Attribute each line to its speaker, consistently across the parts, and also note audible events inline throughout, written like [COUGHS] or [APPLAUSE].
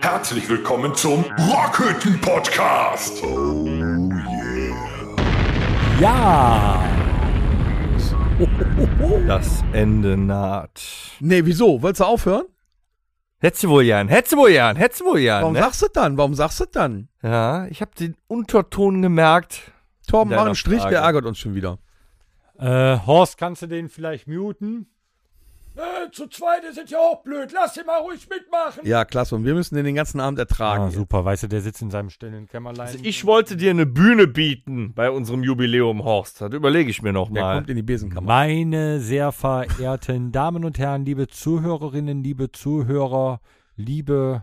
Speaker 1: Herzlich willkommen zum Rockhütten Podcast. Oh yeah.
Speaker 2: Ja!
Speaker 3: Das Ende naht.
Speaker 2: Nee, wieso? Wolltest du aufhören?
Speaker 3: Hättest du wohl Jan, hättest du wohl Jan, hättest du wohl Jan.
Speaker 2: Warum
Speaker 3: Ne?
Speaker 2: sagst du das dann? Warum sagst du das dann?
Speaker 3: Ja, ich habe den Unterton gemerkt.
Speaker 2: Torben,
Speaker 3: Deiner
Speaker 2: mach einen Strich,
Speaker 3: Frage.
Speaker 2: der ärgert uns schon wieder.
Speaker 4: Äh, Horst, kannst du den vielleicht muten? Äh, zu zweit ist es ja auch blöd. Lass ihn mal ruhig mitmachen.
Speaker 2: Ja, klasse. Und wir müssen den den ganzen Abend ertragen.
Speaker 4: Ah, super. Weißt du, der sitzt in seinem stillen Kämmerlein.
Speaker 3: Also ich wollte dir eine Bühne bieten bei unserem Jubiläum, Horst. Das überlege ich mir
Speaker 2: der
Speaker 3: nochmal.
Speaker 2: kommt in die Besenkammer.
Speaker 4: Meine sehr verehrten Damen und Herren, liebe Zuhörerinnen, liebe Zuhörer, liebe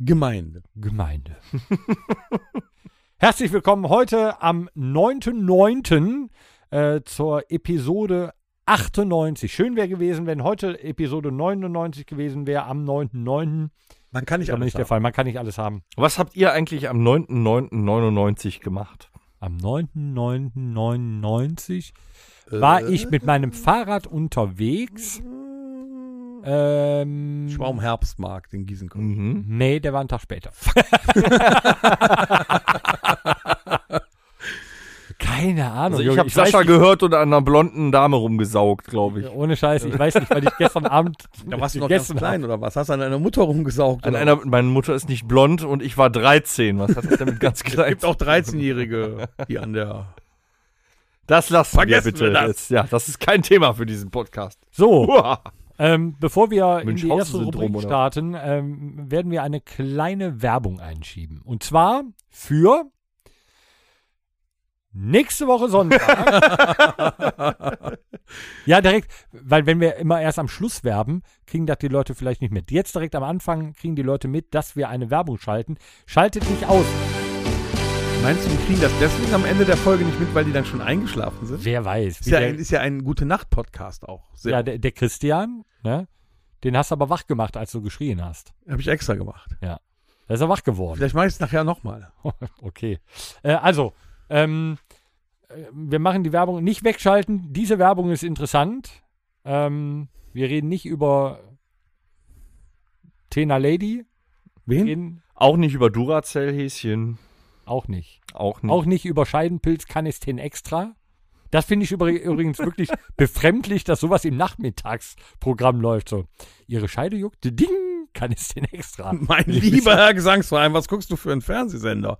Speaker 3: Mhm.
Speaker 2: Gemeinde.
Speaker 4: Gemeinde. [LAUGHS] Herzlich willkommen heute am 9.9. Äh, zur Episode 98. Schön wäre gewesen, wenn heute Episode 99 gewesen wäre am 9.9.
Speaker 2: Man kann nicht
Speaker 4: Ist aber
Speaker 2: alles
Speaker 4: nicht der
Speaker 2: haben.
Speaker 4: Fall. Man kann nicht alles haben.
Speaker 3: Was habt ihr eigentlich am 9.9.99 gemacht?
Speaker 4: Am 9.9.99
Speaker 2: Äh.
Speaker 4: war ich mit meinem Fahrrad unterwegs. Ähm,
Speaker 2: Ich war am um Herbstmarkt in Gießenkopf.
Speaker 3: Mhm.
Speaker 4: Nee, der war einen Tag
Speaker 2: [LAUGHS]
Speaker 4: später. Keine Ahnung.
Speaker 3: Also ich
Speaker 4: Junge,
Speaker 3: habe
Speaker 4: weiß
Speaker 3: Sascha
Speaker 4: nicht-
Speaker 3: gehört und an einer blonden Dame rumgesaugt, glaube ich.
Speaker 4: Ohne Scheiß, ich weiß nicht, weil ich gestern Abend.
Speaker 2: Da warst du noch ganz
Speaker 4: gestern
Speaker 2: klein oder was? Hast du an deiner Mutter rumgesaugt?
Speaker 3: An
Speaker 2: oder?
Speaker 3: einer, meine Mutter ist nicht blond und ich war 13. Was hat das denn mit
Speaker 2: [LAUGHS]
Speaker 3: ganz klein?
Speaker 2: gibt auch 13-Jährige, die an der.
Speaker 3: Das lassen wir
Speaker 2: Vergessen
Speaker 3: bitte.
Speaker 2: wir das.
Speaker 3: jetzt. Ja, das ist kein Thema für diesen Podcast.
Speaker 4: So,
Speaker 3: [LAUGHS] Uah.
Speaker 4: ähm, bevor wir in die erste
Speaker 3: Münchhausen-Syndrom,
Speaker 4: Rubrik
Speaker 3: oder?
Speaker 4: starten, ähm, werden wir eine kleine Werbung einschieben. Und zwar für nächste Woche Sonntag. ja, direkt, weil wenn wir immer erst am Schluss werben, kriegen das die Leute vielleicht nicht mit. Jetzt direkt am Anfang kriegen die Leute mit, dass wir eine Werbung schalten. Schaltet nicht aus.
Speaker 2: Meinst du, wir kriegen das deswegen am Ende der Folge nicht mit, weil die dann schon eingeschlafen sind?
Speaker 4: Wer weiß.
Speaker 2: Ist
Speaker 4: wie
Speaker 2: ja,
Speaker 4: der-
Speaker 2: ein, ist ja ein Gute-Nacht-Podcast auch. Sehr
Speaker 4: Ja, der, der Christian, ne? Den hast du aber wach gemacht, als du geschrien hast.
Speaker 2: Habe ich extra gemacht.
Speaker 4: Da ist er wach geworden.
Speaker 2: Vielleicht mache ich es nachher nochmal.
Speaker 4: Okay. Äh, also, ähm, äh, wir machen die Werbung nicht wegschalten. Diese Werbung ist interessant. Ähm, wir reden nicht über Tena Lady. Wir
Speaker 2: Wen?
Speaker 4: Reden
Speaker 3: Auch nicht über Duracell-Häschen.
Speaker 4: auch nicht.
Speaker 3: Auch
Speaker 2: Hm.
Speaker 3: nicht.
Speaker 4: Auch nicht über Scheidenpilz Canesten extra. Das finde ich übrig- übrigens wirklich
Speaker 2: [LAUGHS]
Speaker 4: befremdlich, dass sowas im Nachmittagsprogramm läuft. So, ihre Scheide juckt, ding, Canesten extra.
Speaker 2: [LAUGHS] Mein lieber Herr Gesangsverein, was guckst du für einen Fernsehsender?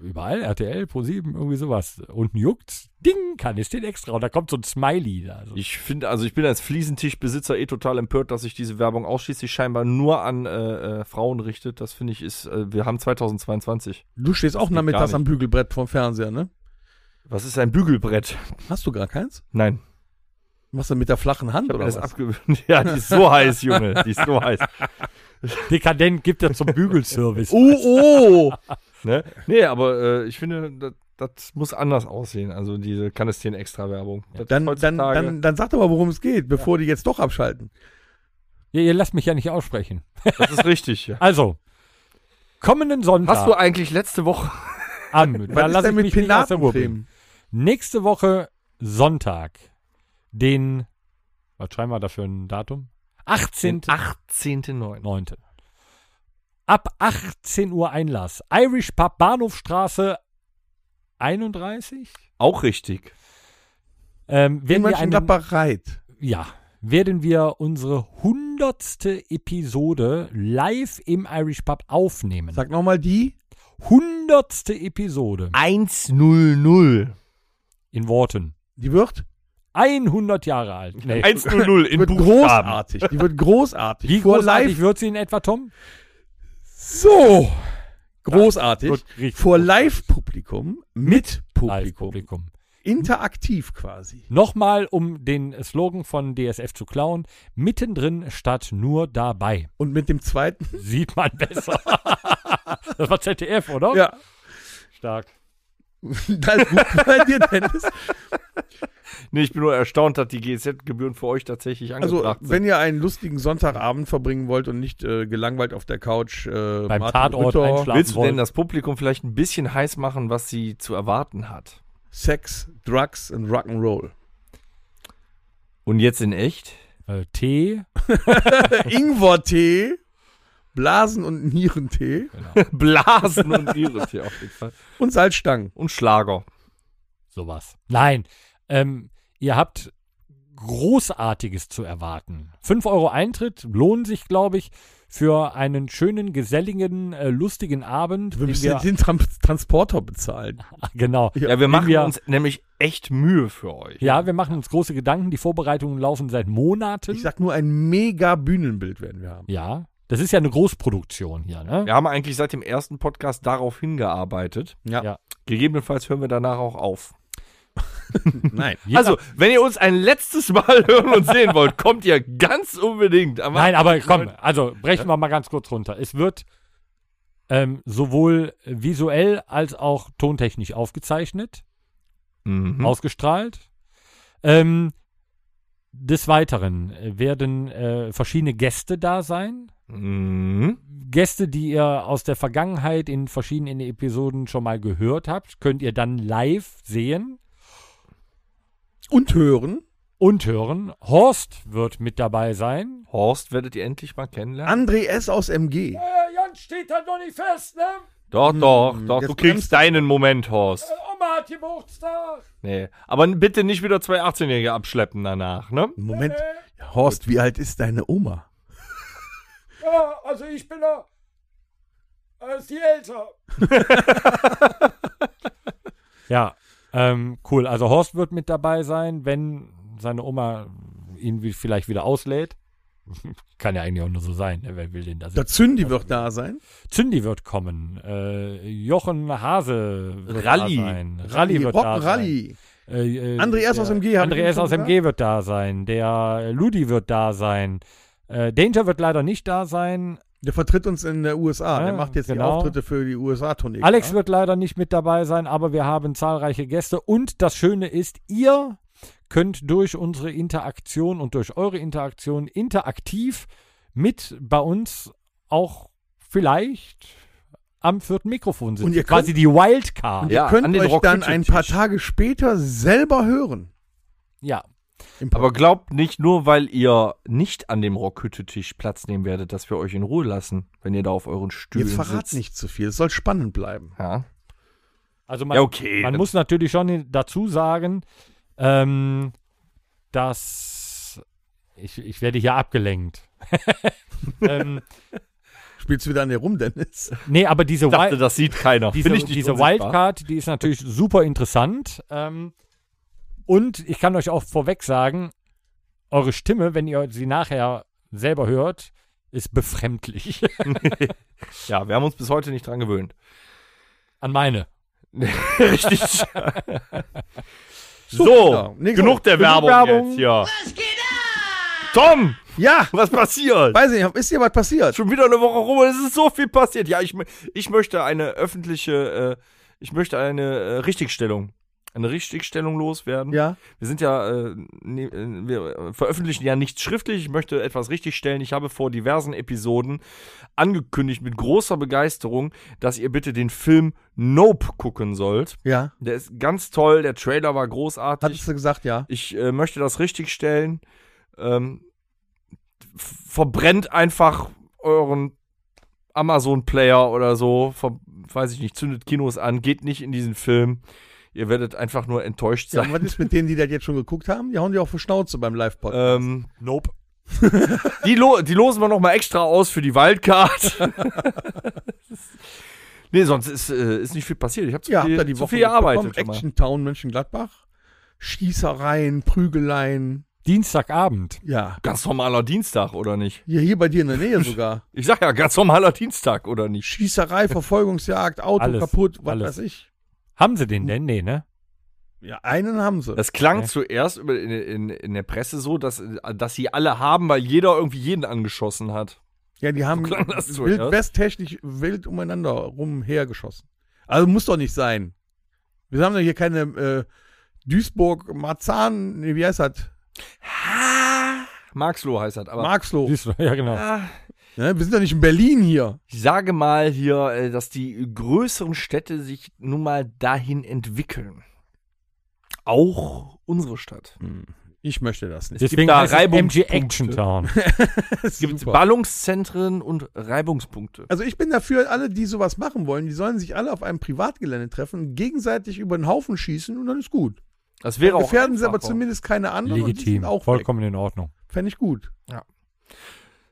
Speaker 4: überall, RTL, Pro7, irgendwie sowas. Unten juckt, ding, kann es den extra. Und da kommt so ein Smiley da. So.
Speaker 3: Ich finde, also ich bin als Fliesentischbesitzer eh total empört, dass sich diese Werbung ausschließlich scheinbar nur an äh, äh, Frauen richtet. Das finde ich ist, äh, wir haben 2022.
Speaker 2: Du stehst auch
Speaker 3: geht
Speaker 2: nachmittags
Speaker 3: gar
Speaker 2: am Bügelbrett vom Fernseher, ne?
Speaker 3: Was ist ein Bügelbrett?
Speaker 2: Hast du gar keins?
Speaker 3: Nein,
Speaker 2: Machst du mit der flachen Hand oder
Speaker 3: das
Speaker 2: was?
Speaker 3: abge [LAUGHS] Ja, die ist so heiß, Junge. Die ist so heiß.
Speaker 4: Dekadent gibt ja zum Bügelservice.
Speaker 3: [LAUGHS]
Speaker 2: [LAUGHS] Oh, oh!
Speaker 3: Ne? Nee, aber äh, ich finde, das, das muss anders aussehen. Also diese Kanistin-Extra-Werbung. Das
Speaker 2: Dann,
Speaker 3: ist
Speaker 2: dann,
Speaker 3: heutzutage-
Speaker 2: dann, dann sag doch mal, worum es geht, bevor die jetzt doch abschalten.
Speaker 4: ja, ihr lasst mich ja nicht aussprechen.
Speaker 3: Das ist richtig. Ja.
Speaker 4: Also, kommenden Sonntag
Speaker 3: Hast du eigentlich letzte Woche
Speaker 4: am, da
Speaker 2: Was ist
Speaker 4: lasse ich
Speaker 2: denn mit
Speaker 4: mich nicht aus der Ruhe bringen.
Speaker 2: Pinatencreme?
Speaker 4: Nächste Woche Sonntag, den, was schreiben wir da für ein Datum? 18.
Speaker 3: 18.09.
Speaker 4: 9. Ab 18 Uhr Einlass. Irish Pub Bahnhofstraße 31?
Speaker 3: Auch richtig.
Speaker 4: Ähm, werden
Speaker 2: In
Speaker 4: wir einen,
Speaker 2: Mönchengladbach reit.
Speaker 4: ja, werden wir unsere hundertste Episode live im Irish Pub aufnehmen.
Speaker 2: Sag nochmal die.
Speaker 4: Hundertste Episode
Speaker 3: 1.00.
Speaker 4: in Worten.
Speaker 2: Die wird,
Speaker 4: 100 Jahre alt. Nee.
Speaker 3: 1.00 in
Speaker 2: wird
Speaker 3: Buchstaben.
Speaker 2: großartig. Die wird großartig.
Speaker 4: Wie
Speaker 2: Vor
Speaker 4: großartig
Speaker 2: live.
Speaker 4: wird sie in etwa, Tom?
Speaker 2: So. Großartig.
Speaker 4: richtig
Speaker 2: Vor
Speaker 4: groß.
Speaker 2: Live-Publikum, mit
Speaker 4: Live
Speaker 2: Publikum.
Speaker 4: Publikum.
Speaker 2: Interaktiv quasi.
Speaker 4: Nochmal, um den Slogan von DSF zu klauen, mittendrin statt nur dabei.
Speaker 2: Und mit dem zweiten.
Speaker 4: Sieht man besser. das war ZDF, oder?
Speaker 2: Ja. [LAUGHS]
Speaker 4: Stark.
Speaker 2: Das ist gut bei dir, Dennis.
Speaker 3: Nee, ich bin nur erstaunt, dass die GZ-Gebühren für euch tatsächlich
Speaker 2: Also,
Speaker 3: angebracht sind.
Speaker 2: wenn ihr einen lustigen Sonntagabend verbringen wollt und nicht äh, gelangweilt auf der Couch äh,
Speaker 4: Beim Tatort einschlafen
Speaker 3: Willst du
Speaker 4: wollt.
Speaker 3: denn das Publikum vielleicht ein bisschen heiß machen, was sie zu erwarten hat?
Speaker 2: Sex, Drugs und Rock'n'Roll. [LAUGHS]
Speaker 3: Und jetzt in echt?
Speaker 4: Äh, Tee.
Speaker 2: Ingwertee, Blasen- und Nierentee
Speaker 3: [LAUGHS] Blasen und Iris hier auf jeden Fall.
Speaker 2: und Salzstangen.
Speaker 3: Und Schlager.
Speaker 4: sowas. Nein, ähm, ihr habt Großartiges zu erwarten. 5 Euro Eintritt lohnen sich, glaube ich, für einen schönen, geselligen, äh, lustigen Abend.
Speaker 2: Wir
Speaker 4: den
Speaker 2: müssen den Tran- Transporter bezahlen.
Speaker 4: Ah, [LAUGHS] genau.
Speaker 2: Ja,
Speaker 3: Ja, wir machen
Speaker 4: wir-
Speaker 3: uns nämlich echt Mühe für euch.
Speaker 4: Ja, wir machen uns große Gedanken. Die Vorbereitungen laufen seit Monaten.
Speaker 2: Ich sag nur, ein mega Bühnenbild werden wir haben.
Speaker 4: ja, das ist ja eine Großproduktion hier, ne?
Speaker 3: Wir haben eigentlich seit dem ersten Podcast darauf hingearbeitet.
Speaker 4: Ja.
Speaker 3: Gegebenenfalls hören wir danach auch auf.
Speaker 2: [LAUGHS] Nein.
Speaker 4: Je
Speaker 3: Also, wenn ihr uns ein letztes [LAUGHS] Mal hören und sehen wollt, kommt ihr ganz unbedingt. Aber
Speaker 4: Nein, aber komm, also brechen wir mal ganz kurz runter. Es wird ähm, sowohl visuell als auch tontechnisch aufgezeichnet.
Speaker 3: Mhm.
Speaker 4: ausgestrahlt. Ähm, des Weiteren äh, werden äh, verschiedene Gäste da sein.
Speaker 3: Mhm.
Speaker 4: Gäste, die ihr aus der Vergangenheit in verschiedenen Episoden schon mal gehört habt, könnt ihr dann live sehen
Speaker 2: Und hören.
Speaker 4: und hören. Horst wird mit dabei sein.
Speaker 3: Horst werdet ihr endlich mal kennenlernen.
Speaker 2: André S. aus MG.
Speaker 4: Jans Äh, steht da noch nicht fest, ne?
Speaker 3: Doch, doch, doch.
Speaker 2: Mhm. jetzt
Speaker 3: Du kriegst
Speaker 2: bremst-
Speaker 3: deinen Moment, Horst.
Speaker 4: Oma hat Geburtstag.
Speaker 3: Nee. Aber bitte nicht wieder zwei 18-Jährige abschleppen danach, ne?
Speaker 2: Moment. Horst, wie alt ist deine Oma?
Speaker 4: Ja, also ich bin da. Als die älter. [LAUGHS] ja, ähm, cool. Also Horst wird mit dabei sein, wenn seine Oma ihn wie- vielleicht wieder auslädt. [LAUGHS] Kann ja eigentlich auch nur so sein. Ne? Wer will denn das?
Speaker 2: Der Zündi wird da sein.
Speaker 4: Zündi wird kommen. Äh, Jochen Hase wird
Speaker 3: Ralli.
Speaker 4: da sein. Ralli wird da sein.
Speaker 2: Rally.
Speaker 4: Äh, äh,
Speaker 2: André S.
Speaker 4: der-
Speaker 2: aus MG, hab ich
Speaker 4: André
Speaker 2: ihm
Speaker 4: S.
Speaker 2: schon
Speaker 4: aus MG wird da sein. Der Ludi wird da sein. Äh, Danger wird leider nicht da sein.
Speaker 2: Der vertritt uns in der USA.
Speaker 4: Ja,
Speaker 2: der macht jetzt die
Speaker 4: genau.
Speaker 2: Auftritte für die USA-Tournee.
Speaker 4: Alex
Speaker 3: ne?
Speaker 4: wird leider nicht mit dabei sein, aber wir haben zahlreiche Gäste. Und das Schöne ist, ihr könnt durch unsere Interaktion und durch eure Interaktion interaktiv mit bei uns auch vielleicht am vierten Mikrofon sitzen.
Speaker 2: Und ihr
Speaker 4: quasi die Wildcard.
Speaker 2: Ihr
Speaker 3: Ja,
Speaker 2: könnt
Speaker 3: an den
Speaker 2: euch dann ein paar
Speaker 3: Rockhütte-Tisch.
Speaker 2: Tage später selber hören.
Speaker 4: Ja.
Speaker 2: Im
Speaker 3: Aber glaubt nicht nur, weil ihr nicht an dem Rockhütte-Tisch Platz nehmen werdet, dass wir euch in Ruhe lassen, wenn ihr da auf euren Stühlen
Speaker 2: Jetzt verrat
Speaker 3: sitzt.
Speaker 2: nicht zu viel. Es soll spannend bleiben.
Speaker 3: Ja.
Speaker 4: Also man,
Speaker 3: Ja, okay.
Speaker 4: man
Speaker 3: Das-
Speaker 4: muss natürlich schon dazu sagen, ähm, dass ich, ich werde hier abgelenkt. [LAUGHS] ähm,
Speaker 2: Spielst du wieder an dir rum, Dennis? [LAUGHS]
Speaker 4: nee, aber diese
Speaker 3: Ich dachte, das sieht keiner.
Speaker 4: Diese,
Speaker 3: Bin ich nicht
Speaker 4: diese
Speaker 3: unsichtbar?
Speaker 4: Wildcard, die ist natürlich super interessant. Ähm, und ich kann euch auch vorweg sagen, eure Stimme, wenn ihr sie nachher selber hört, ist befremdlich. [LAUGHS]
Speaker 3: Ja, wir haben uns bis heute nicht dran gewöhnt.
Speaker 4: An meine.
Speaker 3: Richtig. [LAUGHS] so,
Speaker 2: genau. Nee,
Speaker 3: genug der Werbung,
Speaker 2: Werbung.
Speaker 3: jetzt hier. Tom,
Speaker 2: Ja!
Speaker 3: was passiert?
Speaker 2: Weiß nicht, ist dir was passiert?
Speaker 3: Schon wieder eine Woche rum und es ist so viel passiert. Ja, ich, mö- ich möchte eine öffentliche, äh, ich möchte eine äh, Richtigstellung, eine Richtigstellung loswerden.
Speaker 2: Ja.
Speaker 3: Wir sind ja, äh, ne, äh, wir äh, veröffentlichen ja nichts schriftlich. Ich möchte etwas richtigstellen. Ich habe vor diversen Episoden angekündigt mit großer Begeisterung, dass ihr bitte den Film Nope gucken sollt.
Speaker 2: Ja.
Speaker 3: Der ist ganz toll. Der Trailer war großartig.
Speaker 2: Hattest du gesagt, ja.
Speaker 3: Ich äh, möchte das richtigstellen. Ähm, f- verbrennt einfach euren Amazon-Player oder so. Ver weiß ich nicht, zündet Kinos an, geht nicht in diesen Film. Ihr werdet einfach nur enttäuscht
Speaker 2: ja
Speaker 3: sein.
Speaker 2: und was ist mit denen, die das jetzt schon geguckt haben? Die hauen dir auf die Schnauze beim Live-Podcast.
Speaker 3: Ähm, nope. die, lo die losen wir nochmal extra aus für die Wildcard.
Speaker 2: [LAUGHS]
Speaker 3: nee, sonst ist, äh, ist nicht viel passiert. Ich habe zu,
Speaker 2: ja, habt
Speaker 3: viel,
Speaker 2: ihr die
Speaker 3: zu
Speaker 2: Woche
Speaker 3: viel
Speaker 2: mitbekommen?
Speaker 3: gearbeitet. schon mal.
Speaker 2: Action Town Mönchengladbach. Schießereien, Prügeleien.
Speaker 4: Dienstagabend.
Speaker 2: Ja.
Speaker 3: Ganz normaler Dienstag, oder nicht?
Speaker 2: Hier, hier bei dir in der
Speaker 3: [LAUGHS]
Speaker 2: Nähe sogar.
Speaker 3: Ich sag ja, ganz normaler Dienstag, oder nicht? [LAUGHS]
Speaker 2: Schießerei, Verfolgungsjagd, Auto
Speaker 4: Alles,
Speaker 2: kaputt, was
Speaker 4: alles.
Speaker 2: weiß ich.
Speaker 4: Haben sie den denn? Nee, ne?
Speaker 2: Ja, einen haben sie.
Speaker 3: Das klang
Speaker 4: Ja.
Speaker 3: zuerst über- in, in, in der Presse so, dass, dass sie alle haben, weil jeder irgendwie jeden angeschossen hat.
Speaker 2: ja, die haben
Speaker 3: klang das zuerst.
Speaker 2: wild westtechnisch wild umeinander rumhergeschossen. Also muss doch nicht sein. Wir haben doch hier keine äh, Duisburg, Marzahn, nee, wie heißt das?
Speaker 3: Marxloh heißt das, aber Ah.
Speaker 2: Marxloh.
Speaker 4: Siehst du, [LAUGHS] ja, genau.
Speaker 2: Ne? Wir sind doch nicht in Berlin hier.
Speaker 3: ich sage mal hier, äh, dass die größeren Städte sich nun mal dahin entwickeln. Auch unsere Stadt.
Speaker 2: Ich möchte das nicht.
Speaker 3: Es gibt da
Speaker 4: es
Speaker 3: Reibungspunkte.
Speaker 4: MG Action
Speaker 3: [LAUGHS]
Speaker 4: Town.
Speaker 2: Das ist
Speaker 3: Es gibt
Speaker 2: super.
Speaker 3: Ballungszentren und Reibungspunkte.
Speaker 2: Also ich bin dafür, alle, die sowas machen wollen, die sollen sich alle auf einem Privatgelände treffen, gegenseitig über den Haufen schießen und dann ist gut.
Speaker 3: Das wäre auch
Speaker 2: Gefährden sie aber
Speaker 3: einfacher.
Speaker 2: zumindest keine anderen und die
Speaker 4: Legitim.
Speaker 2: sind auch
Speaker 4: Vollkommen in Ordnung.
Speaker 2: Fände ich gut.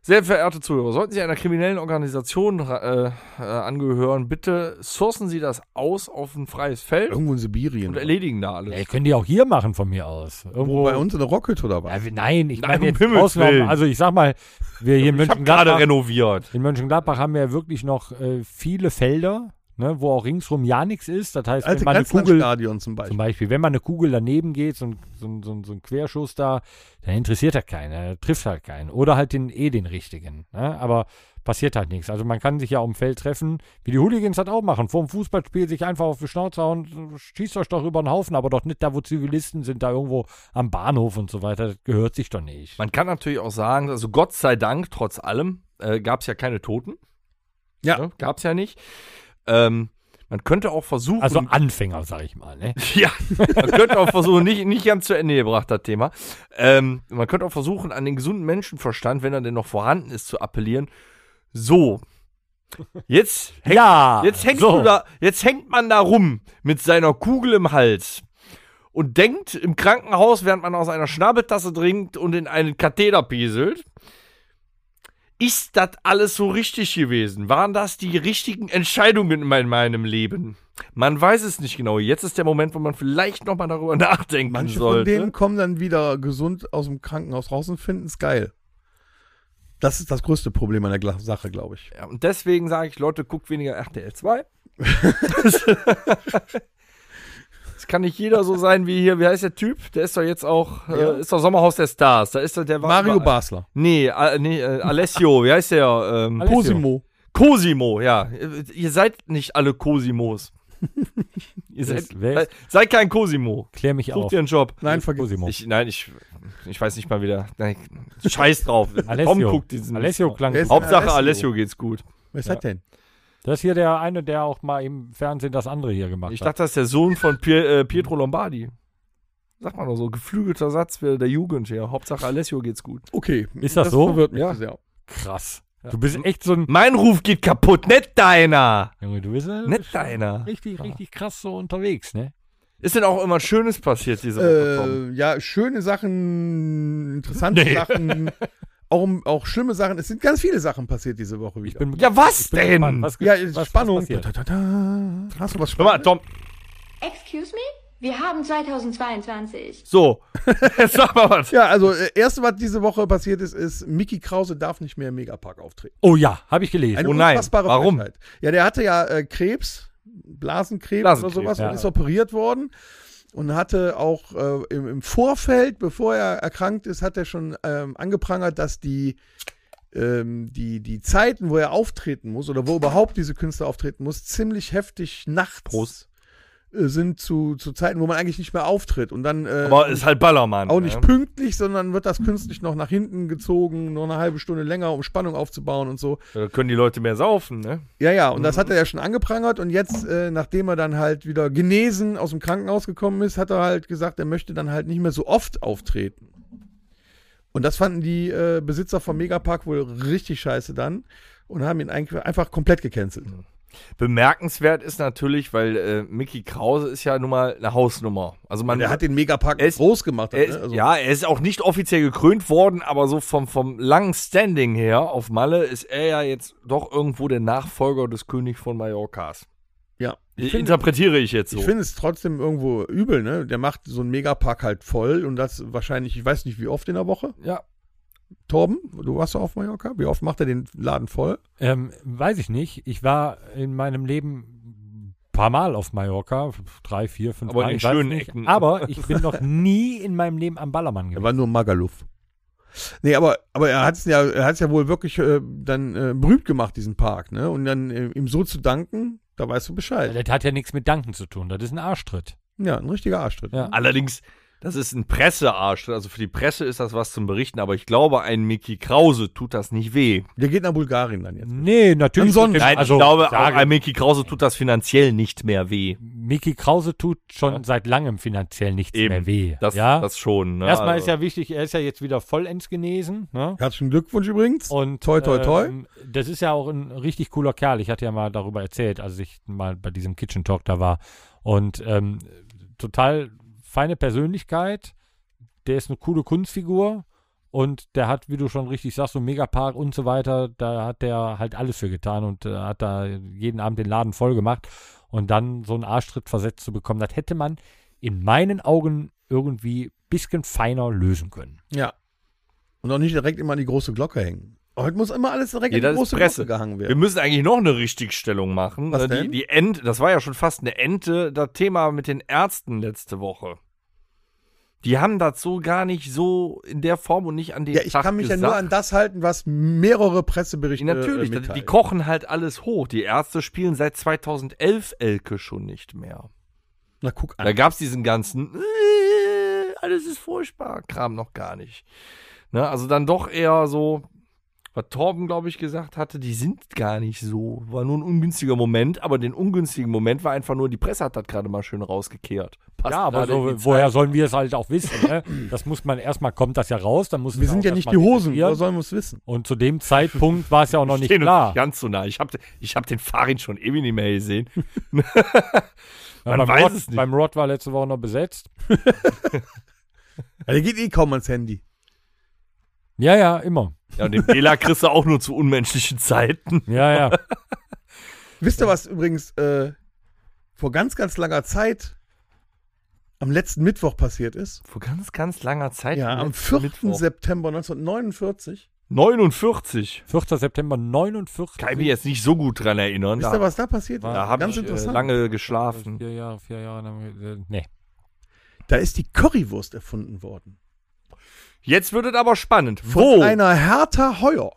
Speaker 3: Sehr verehrte Zuhörer, sollten Sie einer kriminellen Organisation äh, äh, angehören, bitte sourcen Sie das aus auf ein freies Feld
Speaker 2: Irgendwo in Sibirien.
Speaker 3: und erledigen da alles.
Speaker 4: Ja, ihr könnt die auch hier machen von mir aus.
Speaker 2: Wo
Speaker 4: Irgendwo.
Speaker 2: bei uns in der Rockhütte oder was?
Speaker 4: Ja, wir- nein, ich
Speaker 3: Nein,
Speaker 4: meine
Speaker 3: um
Speaker 4: jetzt
Speaker 3: Himmels
Speaker 4: Ausnahmen.
Speaker 3: Willen.
Speaker 4: Also ich sag mal, wir hier in
Speaker 3: Ich habe gerade
Speaker 4: Mönchengladbach,
Speaker 3: renoviert.
Speaker 4: in Mönchengladbach haben wir ja wirklich noch äh, viele Felder, ne, wo auch ringsrum ja nichts ist. Das heißt,
Speaker 2: Alte
Speaker 4: wenn mal eine Kugel
Speaker 2: Grenzlandstadion zum Beispiel.
Speaker 4: Zum Beispiel, wenn mal eine Kugel daneben geht, so ein, so ein, so ein, so ein Querschuss da, dann interessiert halt keinen, dann trifft halt keinen. Oder halt den, eh den richtigen. Ne? Aber passiert halt nichts. Also man kann sich ja auf dem Feld treffen, wie die Hooligans halt auch machen. Vor dem Fußballspiel sich einfach auf die Schnauze hauen, schießt euch doch über den Haufen, aber doch nicht da, wo Zivilisten sind, da irgendwo am Bahnhof und so weiter. Das gehört sich doch nicht.
Speaker 3: Man kann natürlich auch sagen, also Gott sei Dank, trotz allem, äh, gab es ja keine Toten.
Speaker 2: Ja.
Speaker 3: Ne? Gab es ja nicht. Ähm, man könnte auch versuchen.
Speaker 4: Also
Speaker 3: [LAUGHS]
Speaker 4: Anfänger, sag ich mal. Ne?
Speaker 3: ja, man könnte auch versuchen, nicht, nicht ganz zu Ende gebracht, das Thema. Ähm, man könnte auch versuchen, an den gesunden Menschenverstand, wenn er denn noch vorhanden ist, zu appellieren. So. Jetzt
Speaker 4: Ja,
Speaker 3: Jetzt hängst
Speaker 4: so.
Speaker 3: du da, jetzt hängt man da rum mit seiner Kugel im Hals und denkt im Krankenhaus, während man aus einer Schnabeltasse trinkt und in einen Katheter pieselt, ist das alles so richtig gewesen? Waren das die richtigen Entscheidungen in mein- meinem Leben? Man weiß es nicht genau. Jetzt ist der Moment, wo man vielleicht nochmal darüber [LAUGHS] nachdenken
Speaker 2: Manche von
Speaker 3: sollte.
Speaker 2: denen kommen dann wieder gesund aus dem Krankenhaus raus und finden es geil. Das ist das größte Problem an der Gla- Sache, glaube ich.
Speaker 3: ja, und deswegen sage ich, Leute, guckt weniger
Speaker 4: [LAUGHS]
Speaker 3: RTL 2. Es kann nicht jeder so sein wie hier, wie heißt der Typ? Der ist doch jetzt auch,
Speaker 2: Ja.
Speaker 3: äh, ist doch Sommerhaus der Stars. Da ist doch der war-
Speaker 2: Mario
Speaker 3: war-
Speaker 2: Basler.
Speaker 3: Nee, äh, nee äh, Alessio, wie heißt der? Ähm,
Speaker 4: Alessio.
Speaker 2: Cosimo.
Speaker 3: Cosimo, ja. Äh, Ihr seid nicht alle Cosimos. Ihr
Speaker 4: Wer
Speaker 3: seid,
Speaker 4: ist- wer ist-
Speaker 3: sei- seid kein Cosimo.
Speaker 4: Klär mich
Speaker 3: Sucht
Speaker 4: auf. Äh,
Speaker 3: dir einen Job.
Speaker 2: Nein, vergiss.
Speaker 4: Cosimo.
Speaker 3: Ich, nein, ich, ich weiß nicht mal wieder. Nein, scheiß drauf. Tom
Speaker 4: Alessio.
Speaker 3: guckt diesen.
Speaker 4: Alessio klang
Speaker 2: Wer ist-
Speaker 3: Hauptsache
Speaker 2: Alessio.
Speaker 3: Alessio. geht's gut.
Speaker 2: Wer ist
Speaker 4: Ja.
Speaker 2: das denn?
Speaker 4: Das ist hier der eine, der auch mal im Fernsehen das andere hier gemacht
Speaker 3: Ich
Speaker 4: hat.
Speaker 3: dachte, das ist der Sohn von Pier, äh, Pietro Lombardi. Sag mal doch so, geflügelter Satz für der Jugend hier. Hauptsache Alessio geht's gut.
Speaker 2: Okay.
Speaker 4: Ist das so?
Speaker 2: verwirrt mich
Speaker 3: Ja.
Speaker 2: sehr.
Speaker 4: Krass. Du bist echt so ein.
Speaker 3: Mein Ruf geht kaputt, nicht deiner.
Speaker 4: Junge, du bist ja
Speaker 3: Nicht deiner.
Speaker 4: richtig, richtig krass so unterwegs, ne?
Speaker 3: Ist denn auch immer Schönes passiert diese Woche, Tom?
Speaker 2: Äh, ja, schöne Sachen, interessante
Speaker 4: [LAUGHS]
Speaker 2: Sachen, auch, auch schlimme Sachen. Es sind ganz viele Sachen passiert diese Woche wieder.
Speaker 4: bin
Speaker 3: Ja, was
Speaker 4: bin
Speaker 3: denn?
Speaker 4: gespannt, was,
Speaker 2: ja,
Speaker 4: was, was
Speaker 2: Spannung.
Speaker 4: passiert.
Speaker 2: da, da, da. Hast du was
Speaker 3: Hör mal,
Speaker 2: Spannendes?
Speaker 3: Tom,
Speaker 5: Excuse me? Wir haben 2022.
Speaker 2: [LAUGHS]
Speaker 3: so. Jetzt sag mal was.
Speaker 2: Ja, also äh, erste, was diese Woche passiert ist, ist, Mickey Krause darf nicht mehr im Megapark auftreten.
Speaker 4: Oh ja, habe ich gelesen.
Speaker 2: Eine
Speaker 3: Oh nein,
Speaker 2: unfassbare
Speaker 3: warum?
Speaker 2: Frechheit. Ja, der hatte ja äh, Krebs, Blasenkrebs,
Speaker 3: Blasenkrebs,
Speaker 2: oder sowas
Speaker 4: ja.
Speaker 2: und ist operiert worden und hatte auch äh, im, im Vorfeld, bevor er erkrankt ist, hat er schon ähm, angeprangert, dass die, ähm, die, die Zeiten, wo er auftreten muss oder wo überhaupt diese Künstler auftreten muss, ziemlich heftig nachts
Speaker 3: Prost.
Speaker 2: äh, sind zu, zu Zeiten, wo man eigentlich nicht mehr auftritt. Und dann äh,
Speaker 3: Aber ist halt Ballermann.
Speaker 2: auch nicht
Speaker 3: ne?
Speaker 2: pünktlich, sondern wird das künstlich noch nach hinten gezogen, noch eine halbe Stunde länger, um Spannung aufzubauen und so.
Speaker 3: Da können die Leute mehr saufen, ne?
Speaker 2: Ja, ja, und das hat er ja schon angeprangert und jetzt, äh, nachdem er dann halt wieder genesen aus dem Krankenhaus gekommen ist, hat er halt gesagt, er möchte dann halt nicht mehr so oft auftreten. Und das fanden die äh, Besitzer vom Megapark wohl richtig scheiße dann und haben ihn eigentlich einfach komplett gecancelt.
Speaker 3: Bemerkenswert ist natürlich, weil äh, Mickey Krause ist ja nun mal eine Hausnummer. Also man
Speaker 2: Und er hat den Megapark
Speaker 3: Er ist-
Speaker 2: groß gemacht.
Speaker 3: Er ist,
Speaker 2: ne? Also-
Speaker 3: ja, er ist auch nicht offiziell gekrönt worden, aber so vom, vom langen Standing her auf Malle ist er ja jetzt doch irgendwo der Nachfolger des König von Mallorcas.
Speaker 2: ja.
Speaker 3: Ich
Speaker 2: finde-
Speaker 3: Interpretiere ich jetzt so.
Speaker 2: Ich finde es trotzdem irgendwo übel, ne? Der macht so einen Megapark halt voll und das wahrscheinlich, ich weiß nicht, wie oft in der Woche.
Speaker 3: ja.
Speaker 2: Torben, du warst doch auf Mallorca. Wie oft macht er den Laden voll?
Speaker 4: Ähm, weiß ich nicht. Ich war in meinem Leben ein paar Mal auf Mallorca, drei, vier, fünf
Speaker 3: Aber in
Speaker 4: Mal.
Speaker 3: den
Speaker 4: ich weiß
Speaker 3: schönen
Speaker 4: nicht.
Speaker 3: Ecken. [LAUGHS]
Speaker 4: Aber ich bin noch nie in meinem Leben am Ballermann
Speaker 2: Er
Speaker 4: gewesen.
Speaker 2: war nur Magaluf. Nee, aber, aber er hat es ja, er hat's ja wohl wirklich äh, dann äh, berühmt gemacht, diesen Park, ne? Und dann äh, ihm so zu danken, da weißt du Bescheid.
Speaker 4: Das hat ja nichts mit Danken zu tun. Das ist ein Arschtritt.
Speaker 2: Ja, ein richtiger Arschtritt.
Speaker 4: Ja.
Speaker 3: Allerdings Das ist ein Pressearsch. Also für die Presse ist das was zum Berichten, aber ich glaube, ein Mickey Krause tut das nicht weh.
Speaker 2: Der geht nach Bulgarien dann jetzt.
Speaker 4: Nee, natürlich.
Speaker 2: Am Sonntag.
Speaker 4: Nein, also,
Speaker 3: ich glaube, auch
Speaker 4: sage,
Speaker 3: ein Mickey Krause tut das finanziell nicht mehr weh.
Speaker 4: Mickey Krause tut schon seit langem finanziell nichts mehr weh.
Speaker 3: Das,
Speaker 4: ja?
Speaker 3: das schon. Ne?
Speaker 4: Erstmal
Speaker 3: Also-
Speaker 4: ist ja wichtig, er ist ja jetzt wieder vollends genesen. Ne?
Speaker 2: Herzlichen Glückwunsch übrigens.
Speaker 4: Und
Speaker 2: Toi, toi, toi.
Speaker 4: ähm, das ist ja auch ein richtig cooler Kerl. Ich hatte ja mal darüber erzählt, als ich mal bei diesem Kitchen Talk da war. Und ähm, total feine Persönlichkeit. Der ist eine coole Kunstfigur. Und der hat, wie du schon richtig sagst, so einen Megapark und so weiter. Da hat der halt alles für getan und äh, hat da jeden Abend den Laden voll gemacht. Und dann so einen Arschtritt versetzt zu bekommen, das hätte man in meinen Augen irgendwie ein bisschen feiner lösen können.
Speaker 2: ja. Und auch nicht direkt immer an die große Glocke hängen. Heute muss immer alles direkt
Speaker 3: Nee,
Speaker 2: an
Speaker 3: das
Speaker 2: die
Speaker 3: ist
Speaker 2: große
Speaker 3: Presse.
Speaker 2: Glocke gehangen
Speaker 3: Wir
Speaker 2: werden.
Speaker 3: müssen eigentlich noch eine Richtigstellung machen.
Speaker 2: Was
Speaker 3: Äh, die,
Speaker 2: denn?
Speaker 3: die Ent, das war ja schon fast eine Ente, das Thema mit den Ärzten letzte Woche. Die haben das so gar nicht so in der Form und nicht an den
Speaker 2: Ja, ich
Speaker 3: Tag
Speaker 2: kann mich
Speaker 3: gesagt.
Speaker 2: ja nur an das halten, was mehrere Presseberichte
Speaker 3: Natürlich,
Speaker 2: äh,
Speaker 3: die
Speaker 2: mitteilen.
Speaker 3: kochen halt alles hoch. Die Ärzte spielen seit 2011 Elke schon nicht mehr.
Speaker 2: Na, guck
Speaker 3: Da
Speaker 2: an.
Speaker 3: gab es diesen ganzen äh, alles ist furchtbar Kram noch gar nicht. Ne, also dann doch eher so, was Torben, glaube ich, gesagt hatte, die sind gar nicht so. War nur ein ungünstiger Moment, aber den ungünstigen Moment war einfach nur, die Presse hat das gerade mal schön rausgekehrt. Passt
Speaker 4: Ja, aber
Speaker 3: gerade in
Speaker 4: so,
Speaker 3: die
Speaker 4: woher
Speaker 3: Zeit.
Speaker 4: sollen wir es halt auch wissen? Ne? Das muss man erstmal, kommt das ja raus, dann muss
Speaker 2: Wir sind ja nicht die Hosen, woher
Speaker 4: Und
Speaker 2: sollen wir es wissen?
Speaker 4: zu dem Zeitpunkt war es ja auch noch
Speaker 3: Ich
Speaker 4: nicht
Speaker 3: steh noch
Speaker 4: klar.
Speaker 3: Ganz so nah. Ich habe ich hab den Farin schon ewig nicht mehr gesehen.
Speaker 4: Ja,
Speaker 3: man
Speaker 4: beim,
Speaker 3: weiß
Speaker 4: Rod,
Speaker 3: es nicht.
Speaker 4: beim Rod war letzte Woche noch besetzt.
Speaker 2: Ja, der geht eh kaum ans Handy.
Speaker 4: Ja, ja, immer.
Speaker 3: Ja, und den Bela kriegst du auch nur zu unmenschlichen Zeiten.
Speaker 4: Ja,
Speaker 3: [LAUGHS]
Speaker 4: ja.
Speaker 2: Wisst ihr, was übrigens äh, vor ganz, ganz langer Zeit am letzten Mittwoch passiert ist?
Speaker 3: Vor ganz, ganz langer Zeit.
Speaker 2: Ja, am
Speaker 3: letzten
Speaker 2: 4.
Speaker 3: Mittwoch.
Speaker 2: September 1949.
Speaker 3: 49.
Speaker 4: 4. September 49.
Speaker 3: Kann ich mich jetzt nicht so gut dran erinnern.
Speaker 2: Wisst
Speaker 3: Da-
Speaker 2: ihr, was da passiert ist?
Speaker 3: Da habe
Speaker 2: Ganz
Speaker 3: ich äh,
Speaker 2: interessant.
Speaker 3: lange geschlafen.
Speaker 4: Vier Jahre, vier Jahre. dann- äh, Nee.
Speaker 2: Da ist die Currywurst erfunden worden.
Speaker 3: Jetzt wird es aber spannend.
Speaker 2: Von
Speaker 3: Wo?
Speaker 2: einer Hertha Heuer.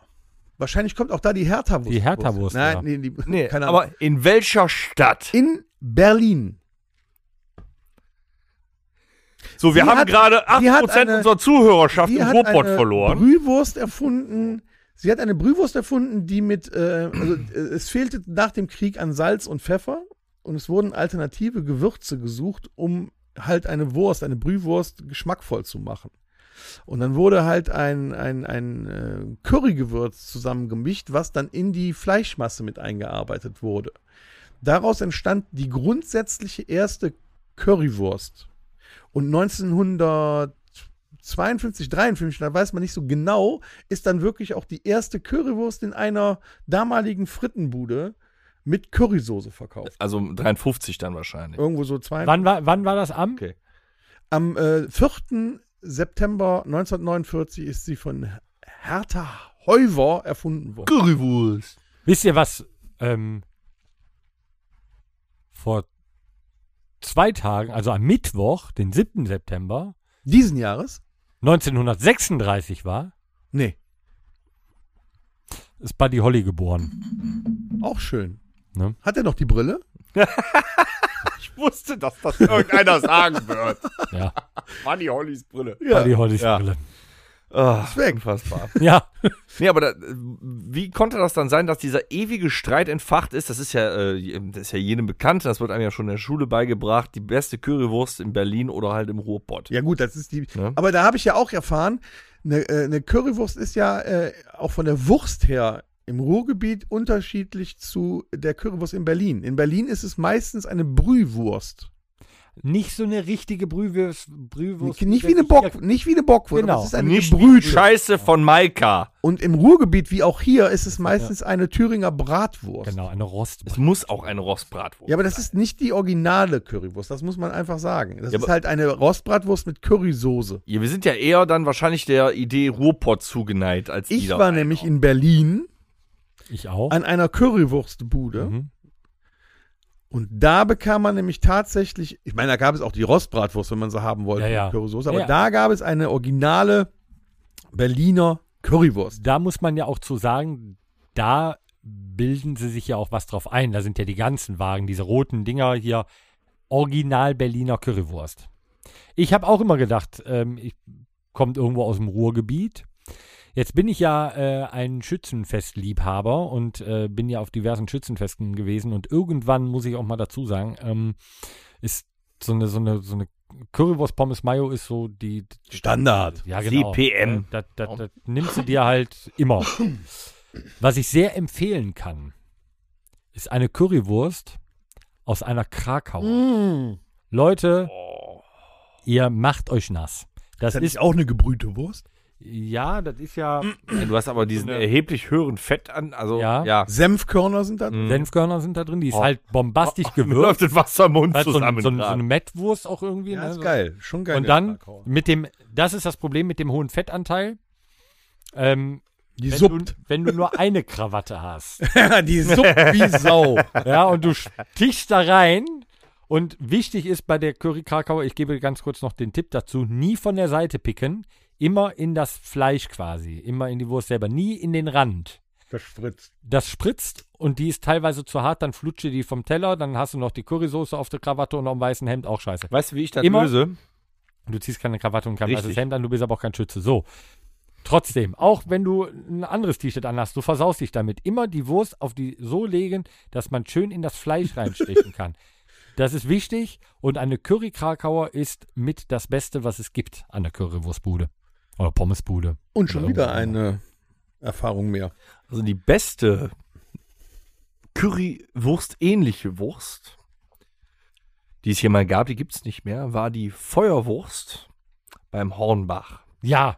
Speaker 2: Wahrscheinlich kommt auch da die Hertha-Wurst.
Speaker 4: Die Hertha-Wurst,
Speaker 2: Nein,
Speaker 4: ja.
Speaker 2: nee, die,
Speaker 3: Nee,
Speaker 2: keine Ahnung.
Speaker 3: aber in welcher Stadt?
Speaker 2: In Berlin.
Speaker 3: so, wir
Speaker 2: die
Speaker 3: haben
Speaker 2: hat-
Speaker 3: gerade 8%
Speaker 2: die hat eine-
Speaker 3: unserer Zuhörerschaft im Ruhrpott
Speaker 2: eine
Speaker 3: verloren.
Speaker 2: Brühwurst erfunden. Sie hat eine Brühwurst erfunden, die mit, äh, also äh, es fehlte nach dem Krieg an Salz und Pfeffer und es wurden alternative Gewürze gesucht, um halt eine Wurst, eine Brühwurst geschmackvoll zu machen. Und dann wurde halt ein, ein, ein äh, Currygewürz zusammengemischt, was dann in die Fleischmasse mit eingearbeitet wurde. Daraus entstand die grundsätzliche erste Currywurst. Und 1952, 53, da weiß man nicht so genau, ist dann wirklich auch die erste Currywurst in einer damaligen Frittenbude mit Currysoße verkauft.
Speaker 3: Also 53 dann wahrscheinlich.
Speaker 2: Irgendwo so zwei.
Speaker 4: Wann war, wann war das am?
Speaker 3: Okay.
Speaker 2: Am äh, 4. September 1949 ist sie von Hertha Heuwer erfunden worden.
Speaker 3: Currywurst.
Speaker 4: Wisst ihr was? Ähm, vor zwei Tagen, also am Mittwoch, den 7. September
Speaker 2: Diesen Jahres?
Speaker 4: 1936 war,
Speaker 2: Nee,
Speaker 4: ist Buddy Holly geboren.
Speaker 2: auch schön.
Speaker 4: Ne?
Speaker 2: Hat er noch die Brille?
Speaker 3: Ich wusste, dass das
Speaker 2: [LAUGHS]
Speaker 3: irgendeiner sagen wird.
Speaker 4: Ja,
Speaker 3: Manni Hollys Brille.
Speaker 4: Buddy Hollys
Speaker 3: ja.
Speaker 4: Brille.
Speaker 3: Ach,
Speaker 2: weg.
Speaker 3: unfassbar.
Speaker 4: Ja,
Speaker 3: Nee, aber da, äh, wie konnte das dann sein, dass dieser ewige Streit entfacht ist? Das ist ja, äh, das ist ja jedem bekannt, das wird einem ja schon in der Schule beigebracht, die beste Currywurst in Berlin oder halt im Ruhrpott.
Speaker 2: Ja, gut, das ist die.
Speaker 3: Ja.
Speaker 2: Aber da habe ich ja auch erfahren, eine, äh, eine Currywurst ist ja äh, auch von der Wurst her im Ruhrgebiet unterschiedlich zu der Currywurst in Berlin. In Berlin ist es meistens eine Brühwurst.
Speaker 4: nicht so eine richtige Brühwurst. Brühwurst
Speaker 2: Nicht wie eine, Bock, nicht wie eine Bockwurst,
Speaker 4: Genau.
Speaker 2: aber es ist eine
Speaker 3: Nicht die
Speaker 2: gebrühte.
Speaker 3: Scheiße von Maika.
Speaker 2: Und im Ruhrgebiet, wie auch hier, ist es meistens eine Thüringer Bratwurst.
Speaker 4: Genau, eine Rost.
Speaker 3: Es muss auch eine Rostbratwurst.
Speaker 2: Ja, aber das ist nicht die originale Currywurst, das muss man einfach sagen. Das
Speaker 3: Ja,
Speaker 2: ist
Speaker 3: aber-
Speaker 2: halt eine Rostbratwurst mit Currysoße.
Speaker 3: Ja, wir sind ja eher dann wahrscheinlich der Idee Ruhrpott zugeneigt als
Speaker 2: Ich
Speaker 3: Niederrhein.
Speaker 2: war nämlich in Berlin
Speaker 4: Ich auch.
Speaker 2: an einer Currywurstbude
Speaker 4: Mhm.
Speaker 2: und da bekam man nämlich tatsächlich, ich meine, da gab es auch die Rostbratwurst, wenn man sie haben wollte,
Speaker 4: Ja, ja.
Speaker 2: mit Currysoße, aber
Speaker 4: Ja.
Speaker 2: da gab es eine originale Berliner Currywurst.
Speaker 4: Da muss man ja auch zu sagen, da bilden sie sich ja auch was drauf ein. Da sind ja die ganzen Wagen, diese roten Dinger hier. Original Berliner Currywurst. Ich habe auch immer gedacht, ähm, ich kommt irgendwo aus dem Ruhrgebiet. Jetzt bin ich ja äh, ein Schützenfestliebhaber und äh, bin ja auf diversen Schützenfesten gewesen und irgendwann muss ich auch mal dazu sagen, ähm, ist so eine, so eine, so eine Currywurst Pommes Mayo ist so die
Speaker 2: Standard.
Speaker 4: ja, genau.
Speaker 3: 7
Speaker 4: Äh, Das, das, das nimmst du dir halt immer. Was ich sehr empfehlen kann, ist eine Currywurst aus einer Krakauer.
Speaker 2: Mm.
Speaker 4: Leute,
Speaker 3: Oh.
Speaker 4: ihr macht euch nass. Das,
Speaker 2: Das
Speaker 4: ist,
Speaker 2: ist auch eine gebrühte Wurst.
Speaker 4: ja, das ist ja,
Speaker 3: Ja, du hast aber diesen
Speaker 4: eine-
Speaker 3: erheblich höheren Fett an, also
Speaker 4: Ja.
Speaker 3: [LAUGHS] ja.
Speaker 2: Senfkörner sind da
Speaker 4: Mhm.
Speaker 2: drin.
Speaker 4: Senfkörner sind da drin, die ist
Speaker 3: Oh.
Speaker 4: halt bombastisch
Speaker 3: Mir
Speaker 4: gewürzt.
Speaker 3: [LAUGHS] läuft das Wasser im Mund
Speaker 4: Halt so, ein-
Speaker 3: zusammen.
Speaker 4: so, ein- so
Speaker 3: gerade.
Speaker 4: eine Mettwurst auch irgendwie.
Speaker 2: Ja,
Speaker 4: ne?
Speaker 2: ist
Speaker 4: so.
Speaker 2: geil. Schon geil.
Speaker 4: Und dann mit dem, das ist das Problem mit dem hohen Fettanteil. Ähm, wenn,
Speaker 2: Die
Speaker 4: du,
Speaker 2: suppt.
Speaker 4: wenn du nur eine Krawatte hast.
Speaker 2: [LAUGHS]
Speaker 4: [LAUGHS]
Speaker 2: die suppt wie Sau.
Speaker 4: Ja, und du stichst da rein. Und wichtig ist bei der Curry Krakauer, ich gebe ganz kurz noch den Tipp dazu, nie von der Seite picken, immer in das Fleisch quasi, immer in die Wurst selber, nie in den Rand.
Speaker 2: Das spritzt.
Speaker 4: Das spritzt und die ist teilweise zu hart, dann flutsche die vom Teller, dann hast du noch die Currysoße auf der Krawatte und auf dem weißen Hemd, auch scheiße.
Speaker 3: Weißt du, wie ich das
Speaker 4: Immer-
Speaker 3: löse?
Speaker 4: Du ziehst keine Krawatte und kein
Speaker 3: Richtig.
Speaker 4: weißes Hemd an, du bist aber auch kein Schütze. So. Trotzdem, auch wenn du ein anderes T-Shirt anhast, du versaust dich damit. Immer die Wurst auf die so legen, dass man schön in das Fleisch reinstechen kann.
Speaker 3: [LAUGHS]
Speaker 4: Das ist wichtig und eine Curry Krakauer ist mit das Beste, was es gibt an der Currywurstbude oder Pommesbude.
Speaker 2: Und schon
Speaker 4: Oder
Speaker 2: wieder
Speaker 4: irgendwo.
Speaker 2: eine Erfahrung mehr.
Speaker 3: Also die beste Currywurst-ähnliche Wurst, die es hier mal gab, die gibt es nicht mehr, war die Feuerwurst beim Hornbach.
Speaker 4: Ja,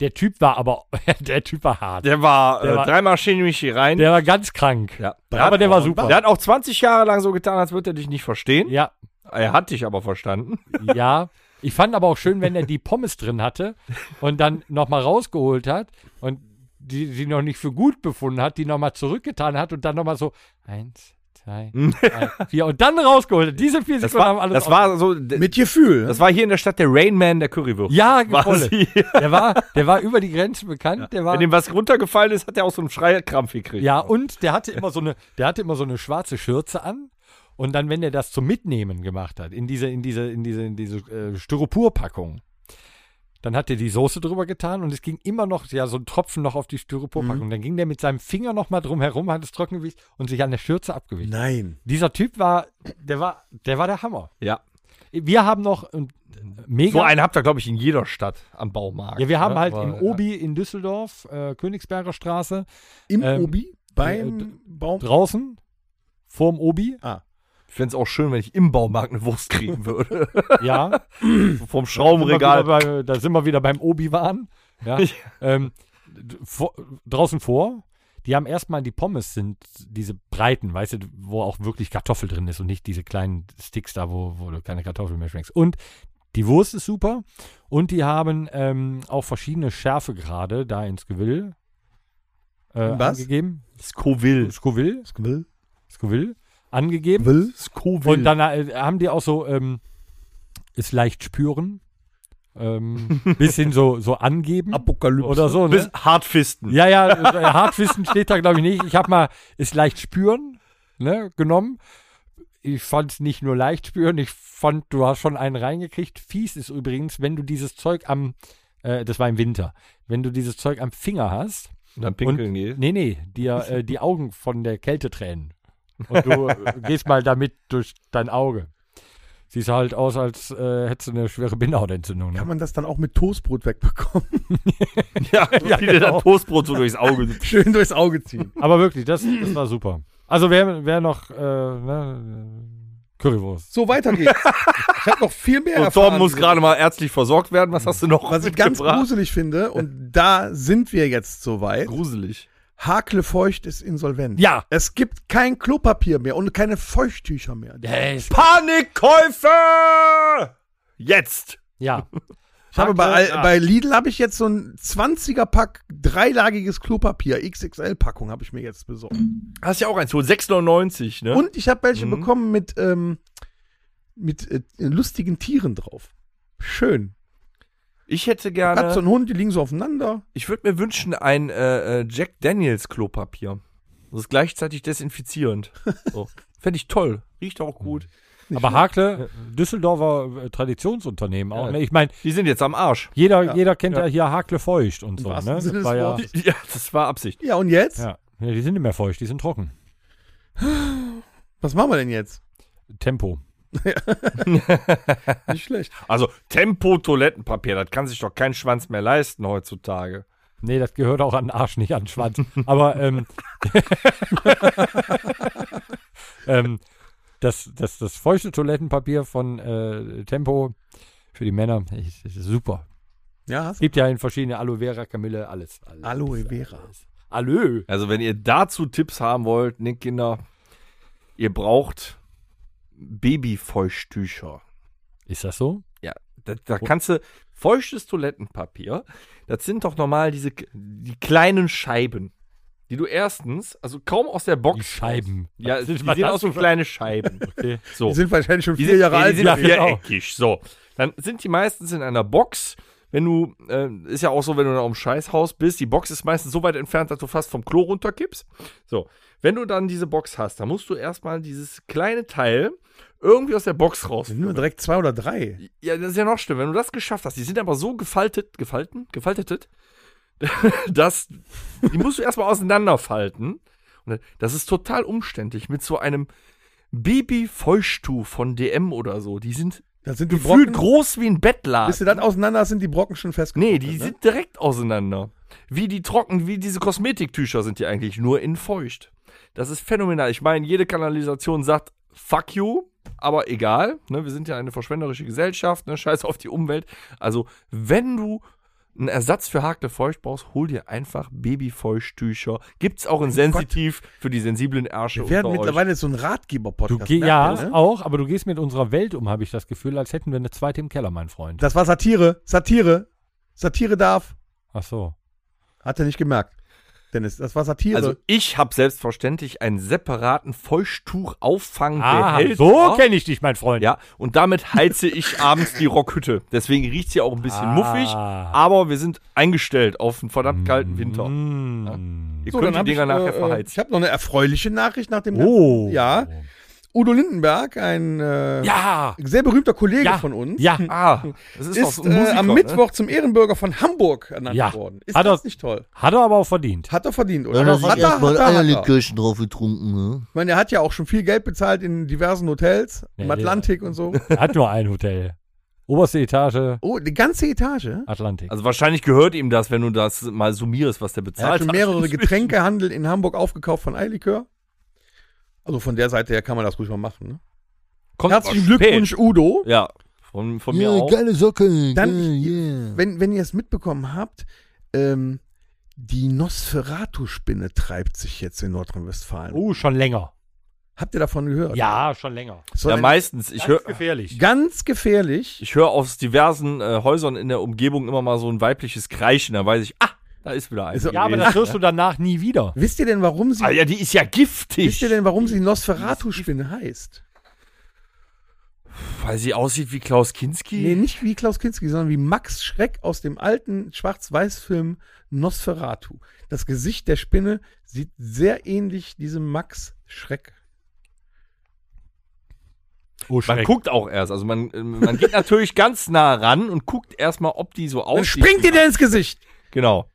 Speaker 4: der Typ war aber [LAUGHS] der Typ war hart. Der,
Speaker 3: Der war,
Speaker 4: Der
Speaker 3: äh,
Speaker 4: war-
Speaker 3: dreimal Shinmichi rein.
Speaker 4: war ganz krank.
Speaker 3: ja.
Speaker 4: aber der war super.
Speaker 3: Der hat auch 20 Jahre lang so getan, als würde er dich nicht verstehen.
Speaker 4: Ja,
Speaker 3: Er hat dich aber verstanden.
Speaker 4: Ja, ich fand aber auch schön, wenn er die Pommes drin hatte und dann nochmal rausgeholt hat und die, die noch nicht für gut befunden hat, die nochmal zurückgetan hat und dann nochmal so eins, zwei, drei, vier und dann rausgeholt hat. Diese vier
Speaker 3: Mhm. Das
Speaker 4: Sekunden haben
Speaker 3: war,
Speaker 4: alles
Speaker 3: das
Speaker 4: aus-
Speaker 3: war so, d-
Speaker 2: Mit Gefühl.
Speaker 3: das war hier in der Stadt der Rain Man der Currywurst.
Speaker 4: Ja, voll.
Speaker 3: quasi.
Speaker 4: Der war, der war über die Grenzen bekannt. Der war,
Speaker 3: Wenn ihm was runtergefallen ist, hat er auch so einen Schreikrampf gekriegt.
Speaker 4: ja, und der hatte immer so eine, [LAUGHS] der hatte immer so eine schwarze Schürze an. Und dann, wenn er das zum Mitnehmen gemacht hat, in diese, in diese, in diese, in diese äh, Styroporpackung, dann hat er die Soße drüber getan und es ging immer noch, ja, so ein Tropfen noch auf die Styroporpackung.
Speaker 3: Mhm.
Speaker 4: Dann ging der mit seinem Finger noch mal drum herum, hat es trocken gewischt und sich an der Schürze abgewischt.
Speaker 2: Nein.
Speaker 4: Dieser Typ war, der war, der war der Hammer.
Speaker 3: ja.
Speaker 4: Wir haben noch ähm, mega.
Speaker 3: So einen habt ihr, glaube ich, in jeder Stadt am Baumarkt.
Speaker 4: ja, wir haben
Speaker 3: ne?
Speaker 4: halt
Speaker 3: Aber,
Speaker 4: im
Speaker 3: ja.
Speaker 4: Obi in Düsseldorf, äh, Königsberger Straße,
Speaker 2: Im
Speaker 4: Ähm, äh,
Speaker 2: Obi?
Speaker 4: d-
Speaker 2: Beim Baum?
Speaker 4: draußen, vorm Obi.
Speaker 3: Ich fände es auch schön, wenn ich im Baumarkt eine Wurst kriegen
Speaker 4: [LAUGHS]
Speaker 3: würde.
Speaker 4: Ja.
Speaker 3: [LAUGHS] Vom
Speaker 4: Sind
Speaker 3: Schraubenregal.
Speaker 4: wir wieder Bei, da sind wir wieder beim Obi-Wan. Ja.
Speaker 3: Ja.
Speaker 4: ähm, d- vor, draußen vor. Die haben erstmal die Pommes sind diese breiten, weißt du, wo auch wirklich Kartoffel drin ist und nicht diese kleinen Sticks da, wo, wo du keine Kartoffel mehr schmeckst. Und die Wurst ist super und die haben ähm, auch verschiedene Schärfegrade da ins Gewill äh,
Speaker 2: In was?
Speaker 4: angegeben.
Speaker 3: Scoville.
Speaker 4: Scoville,
Speaker 2: Will.
Speaker 4: Scoville angegeben.
Speaker 2: Will.
Speaker 3: Scoville.
Speaker 4: Und dann äh, haben die auch so, ähm, ist leicht spüren. Ähm, bisschen so, so angeben
Speaker 2: Apokalypse.
Speaker 4: oder so.
Speaker 3: bis
Speaker 4: Ne?
Speaker 3: Hartfisten.
Speaker 4: Ja, ja, äh, Hartwissen steht da, glaube ich, nicht. Ich habe mal, ist leicht spüren ne, genommen. Ich fand es nicht nur leicht spüren, ich fand, du hast schon einen reingekriegt. Fies ist übrigens, wenn du dieses Zeug am, äh, das war im Winter, wenn du dieses Zeug am Finger hast
Speaker 3: Und dann
Speaker 4: und,
Speaker 3: geht.
Speaker 4: Nee, nee, dir äh, die Augen von der Kälte tränen. Und du äh, gehst mal damit durch dein Auge. Siehst halt aus, als äh, hättest du eine schwere Bindehautentzündung.
Speaker 2: Kann
Speaker 4: Ne?
Speaker 2: man das dann auch mit Toastbrot wegbekommen? [LAUGHS]
Speaker 3: Ja, ja fiel dir
Speaker 4: genau.
Speaker 3: das Toastbrot so durchs Auge.
Speaker 2: Schön durchs Auge ziehen.
Speaker 4: [LAUGHS] Aber wirklich, das, das war super. Also wer, wer noch äh, ne, Currywurst.
Speaker 2: So, weiter geht's. ich habe noch viel mehr
Speaker 3: Und Torben muss gerade mal ärztlich versorgt werden. Was hast du noch
Speaker 2: Was ich ganz
Speaker 3: mitgebracht?
Speaker 2: gruselig finde, und da sind wir jetzt soweit,
Speaker 3: gruselig.
Speaker 2: Haklefeucht ist insolvent.
Speaker 4: Ja.
Speaker 2: Es gibt kein Klopapier mehr und keine Feuchttücher mehr.
Speaker 4: Hey,
Speaker 3: Panikkäufe! Jetzt!
Speaker 4: [LAUGHS] ja.
Speaker 2: Ich habe bei, Al- bei Lidl habe ich jetzt so ein 20er-Pack, dreilagiges Klopapier, XXL-Packung habe ich mir jetzt besorgt.
Speaker 3: Hast ja auch eins, so 6,99, ne?
Speaker 2: Und ich habe welche
Speaker 3: Mhm.
Speaker 2: bekommen mit, ähm, mit äh, lustigen Tieren drauf. Schön.
Speaker 3: ich hätte
Speaker 2: Katze
Speaker 3: gerne,
Speaker 2: und Hund, die liegen so aufeinander.
Speaker 3: ich würde mir wünschen, ein äh, äh, Jack Daniels [LAUGHS] Klopapier. Das ist gleichzeitig desinfizierend. So. Fände ich toll. Riecht auch gut.
Speaker 2: Echt nicht.
Speaker 4: Aber Hakle, Düsseldorfer äh, Traditionsunternehmen auch.
Speaker 3: Ja.
Speaker 4: Ne? Ich meine,
Speaker 3: Die sind jetzt am Arsch.
Speaker 4: jeder,
Speaker 2: Ja.
Speaker 4: jeder kennt ja.
Speaker 3: Ja.
Speaker 4: hier Hakle feucht und
Speaker 2: Im
Speaker 4: so. Ne?
Speaker 2: wahrsten Sinne
Speaker 4: Das
Speaker 2: des
Speaker 4: war ja,
Speaker 2: Wortes.
Speaker 3: [LAUGHS] Ja, das war Absicht.
Speaker 2: ja, und jetzt?
Speaker 4: ja. ja, die sind nicht mehr feucht, die sind trocken.
Speaker 2: Was machen wir
Speaker 3: [LAUGHS]
Speaker 2: denn jetzt?
Speaker 4: Tempo.
Speaker 2: Nicht schlecht.
Speaker 3: Also Tempo-Toilettenpapier, das kann sich doch kein Schwanz mehr leisten heutzutage.
Speaker 4: Nee, das gehört auch an den Arsch, nicht an den Schwanz. Aber ähm, [LAUGHS] ähm, das, das, das feuchte Toilettenpapier von äh, Tempo für die Männer ist, ist super.
Speaker 2: Ja, hast
Speaker 4: Es gibt ja in verschiedene Aloe Vera, Kamille, alles. alles
Speaker 2: Aloe vera.
Speaker 4: Alles. Alö.
Speaker 3: Also wenn ihr dazu Tipps haben wollt, ne Kinder, ihr braucht Babyfeuchttücher.
Speaker 4: Ist das so?
Speaker 3: Ja, da, da kannst du feuchtes Toilettenpapier, das sind doch normal diese die kleinen Scheiben, die du erstens, also kaum aus der Box
Speaker 4: Die Scheiben.
Speaker 3: Ja, die
Speaker 4: war
Speaker 3: sehen
Speaker 4: das
Speaker 3: aus wie kleine Scheiben.
Speaker 4: [LAUGHS] Okay.
Speaker 3: So.
Speaker 2: Die sind wahrscheinlich schon
Speaker 3: Die
Speaker 2: vier
Speaker 3: sind-
Speaker 2: Jahre
Speaker 3: ja,
Speaker 2: alt.
Speaker 3: Die sind
Speaker 4: Ja, genau.
Speaker 3: viereckig. So. Dann sind die meistens in einer Box. Wenn du, äh, ist ja auch so, wenn du in einem Scheißhaus bist, die Box ist meistens so weit entfernt, dass du fast vom Klo runterkippst. So. Wenn du dann diese Box hast, dann musst du erstmal dieses kleine Teil irgendwie aus der Box raus.
Speaker 2: Das sind nur direkt zwei oder drei.
Speaker 3: Ja, das ist ja noch schlimmer. Wenn du das geschafft hast, die sind aber so gefaltet, gefalten, gefaltetet, [LAUGHS] dass die musst du erstmal auseinanderfalten. Und das ist total umständlich mit so einem Baby-Feuchttuch von DM oder so. Die sind
Speaker 2: Das sind die
Speaker 3: gefühlt
Speaker 2: Brocken.
Speaker 3: groß wie ein
Speaker 2: Bis du
Speaker 3: Bettlaken.
Speaker 2: dann auseinander hast, sind ne? die Brocken schon festgekommen.
Speaker 3: Nee, die sind direkt auseinander. Wie die trocken, wie diese Kosmetiktücher sind die eigentlich, nur in feucht. Das ist phänomenal. Ich meine, jede Kanalisation sagt, fuck you, aber egal. Ne, wir sind ja eine verschwenderische Gesellschaft, ne, scheiß auf die Umwelt. Also, wenn du einen Ersatz für hakte Feucht brauchst, hol dir einfach Babyfeuchttücher. Gibt's auch in sensitiv für die sensiblen Ärsche
Speaker 2: Wir werden
Speaker 3: unter euch.
Speaker 2: mittlerweile so ein
Speaker 4: Du
Speaker 2: Ratgeber-Podcast.
Speaker 4: geh,
Speaker 2: merkt
Speaker 4: ja,
Speaker 2: ihr, ne?
Speaker 4: auch, aber du gehst mit unserer Welt um, habe ich das Gefühl, als hätten wir eine zweite im Keller, mein Freund.
Speaker 2: Das war Satire. Satire. Satire darf.
Speaker 4: Ach so.
Speaker 2: Hat er nicht gemerkt. Dennis, das war Satire.
Speaker 3: Also, ich habe selbstverständlich einen separaten
Speaker 4: Ah,
Speaker 3: Feuchttuch-Auffangbehälter.
Speaker 4: so kenne ich dich, mein Freund.
Speaker 3: Ja, und damit heize
Speaker 2: [LAUGHS]
Speaker 3: ich abends die Rockhütte. Deswegen riecht sie auch ein bisschen
Speaker 4: Ah.
Speaker 3: muffig, aber wir sind eingestellt auf einen verdammt kalten Winter.
Speaker 4: Mm.
Speaker 3: Ihr
Speaker 2: Mhm. So,
Speaker 3: könnt
Speaker 2: dann
Speaker 3: die
Speaker 2: hab
Speaker 3: Dinger
Speaker 2: ich,
Speaker 3: nachher
Speaker 2: äh,
Speaker 3: verheizen.
Speaker 2: Ich habe noch eine erfreuliche Nachricht nach dem
Speaker 4: Oh.
Speaker 2: ganzen Jahr. Udo Lindenberg, ein äh,
Speaker 4: Ja.
Speaker 2: sehr berühmter Kollege
Speaker 4: Ja.
Speaker 2: von uns,
Speaker 4: Ja.
Speaker 3: Ah, das ist, doch
Speaker 2: ist
Speaker 3: so ein
Speaker 2: äh,
Speaker 3: Musiker,
Speaker 2: am
Speaker 3: ne?
Speaker 2: Mittwoch zum Ehrenbürger von Hamburg ernannt
Speaker 4: Ja.
Speaker 2: worden. Ist
Speaker 4: Hat
Speaker 2: das
Speaker 4: er-
Speaker 2: nicht toll?
Speaker 4: Hat er aber auch [LAUGHS] verdient.
Speaker 2: Hat er verdient, oder?
Speaker 6: Da hat er sich
Speaker 2: er,
Speaker 6: erstmal
Speaker 2: er, hat er.
Speaker 6: Eierlikörchen drauf getrunken, ne?
Speaker 2: Ich meine, er hat ja auch schon viel Geld bezahlt in diversen Hotels, im
Speaker 4: Ja,
Speaker 2: Atlantik und so.
Speaker 4: Er hat nur ein Hotel. Oberste Etage,
Speaker 2: Oh, die ganze Etage?
Speaker 4: Atlantik.
Speaker 3: Also wahrscheinlich gehört ihm das, wenn du das mal summierst, was der
Speaker 2: Er hat
Speaker 3: bezahlt
Speaker 2: schon
Speaker 3: hat.
Speaker 2: mehrere Getränkehandel in Hamburg aufgekauft von Eilikör. Also von der Seite her kann man das ruhig mal machen. Ne?
Speaker 3: Kommt
Speaker 2: Herzlichen
Speaker 3: aber spät.
Speaker 2: Glückwunsch, Udo.
Speaker 3: Ja, von, von mir
Speaker 6: Ja,
Speaker 3: auch.
Speaker 6: geile Socke.
Speaker 2: Dann-
Speaker 6: ja, yeah.
Speaker 2: Wenn, wenn ihr es mitbekommen habt, ähm, die Nosferatu-Spinne treibt sich jetzt in Nordrhein-Westfalen.
Speaker 4: Oh, schon länger.
Speaker 2: Habt ihr davon gehört?
Speaker 4: Ja, schon länger.
Speaker 2: So
Speaker 3: Ja,
Speaker 2: ein-
Speaker 3: meistens. Ich höre
Speaker 4: gefährlich.
Speaker 2: ganz gefährlich.
Speaker 3: ich hör aus diversen äh, Häusern in der Umgebung immer mal so ein weibliches Kreischen. Da weiß ich, ah, da ist wieder eine.
Speaker 2: Ist-
Speaker 4: Ja, aber das hörst du danach nie wieder.
Speaker 2: Wisst ihr denn, warum sie,
Speaker 3: ah, ja, die ist ja giftig.
Speaker 2: wisst ihr denn, warum sie Nosferatu-Spinne heißt?
Speaker 3: Weil sie aussieht wie Klaus Kinski.
Speaker 2: Nee, nicht wie Klaus Kinski, sondern wie Max Schreck aus dem alten Schwarz-Weiß-Film Nosferatu. Das Gesicht der Spinne sieht sehr ähnlich diesem Max Schreck.
Speaker 4: Oh,
Speaker 3: Man guckt auch erst. Also man, äh, man geht natürlich ganz nah ran und guckt erstmal, ob die so
Speaker 2: Dann
Speaker 3: aussieht.
Speaker 2: springt ihr denn ins Gesicht?
Speaker 3: Genau.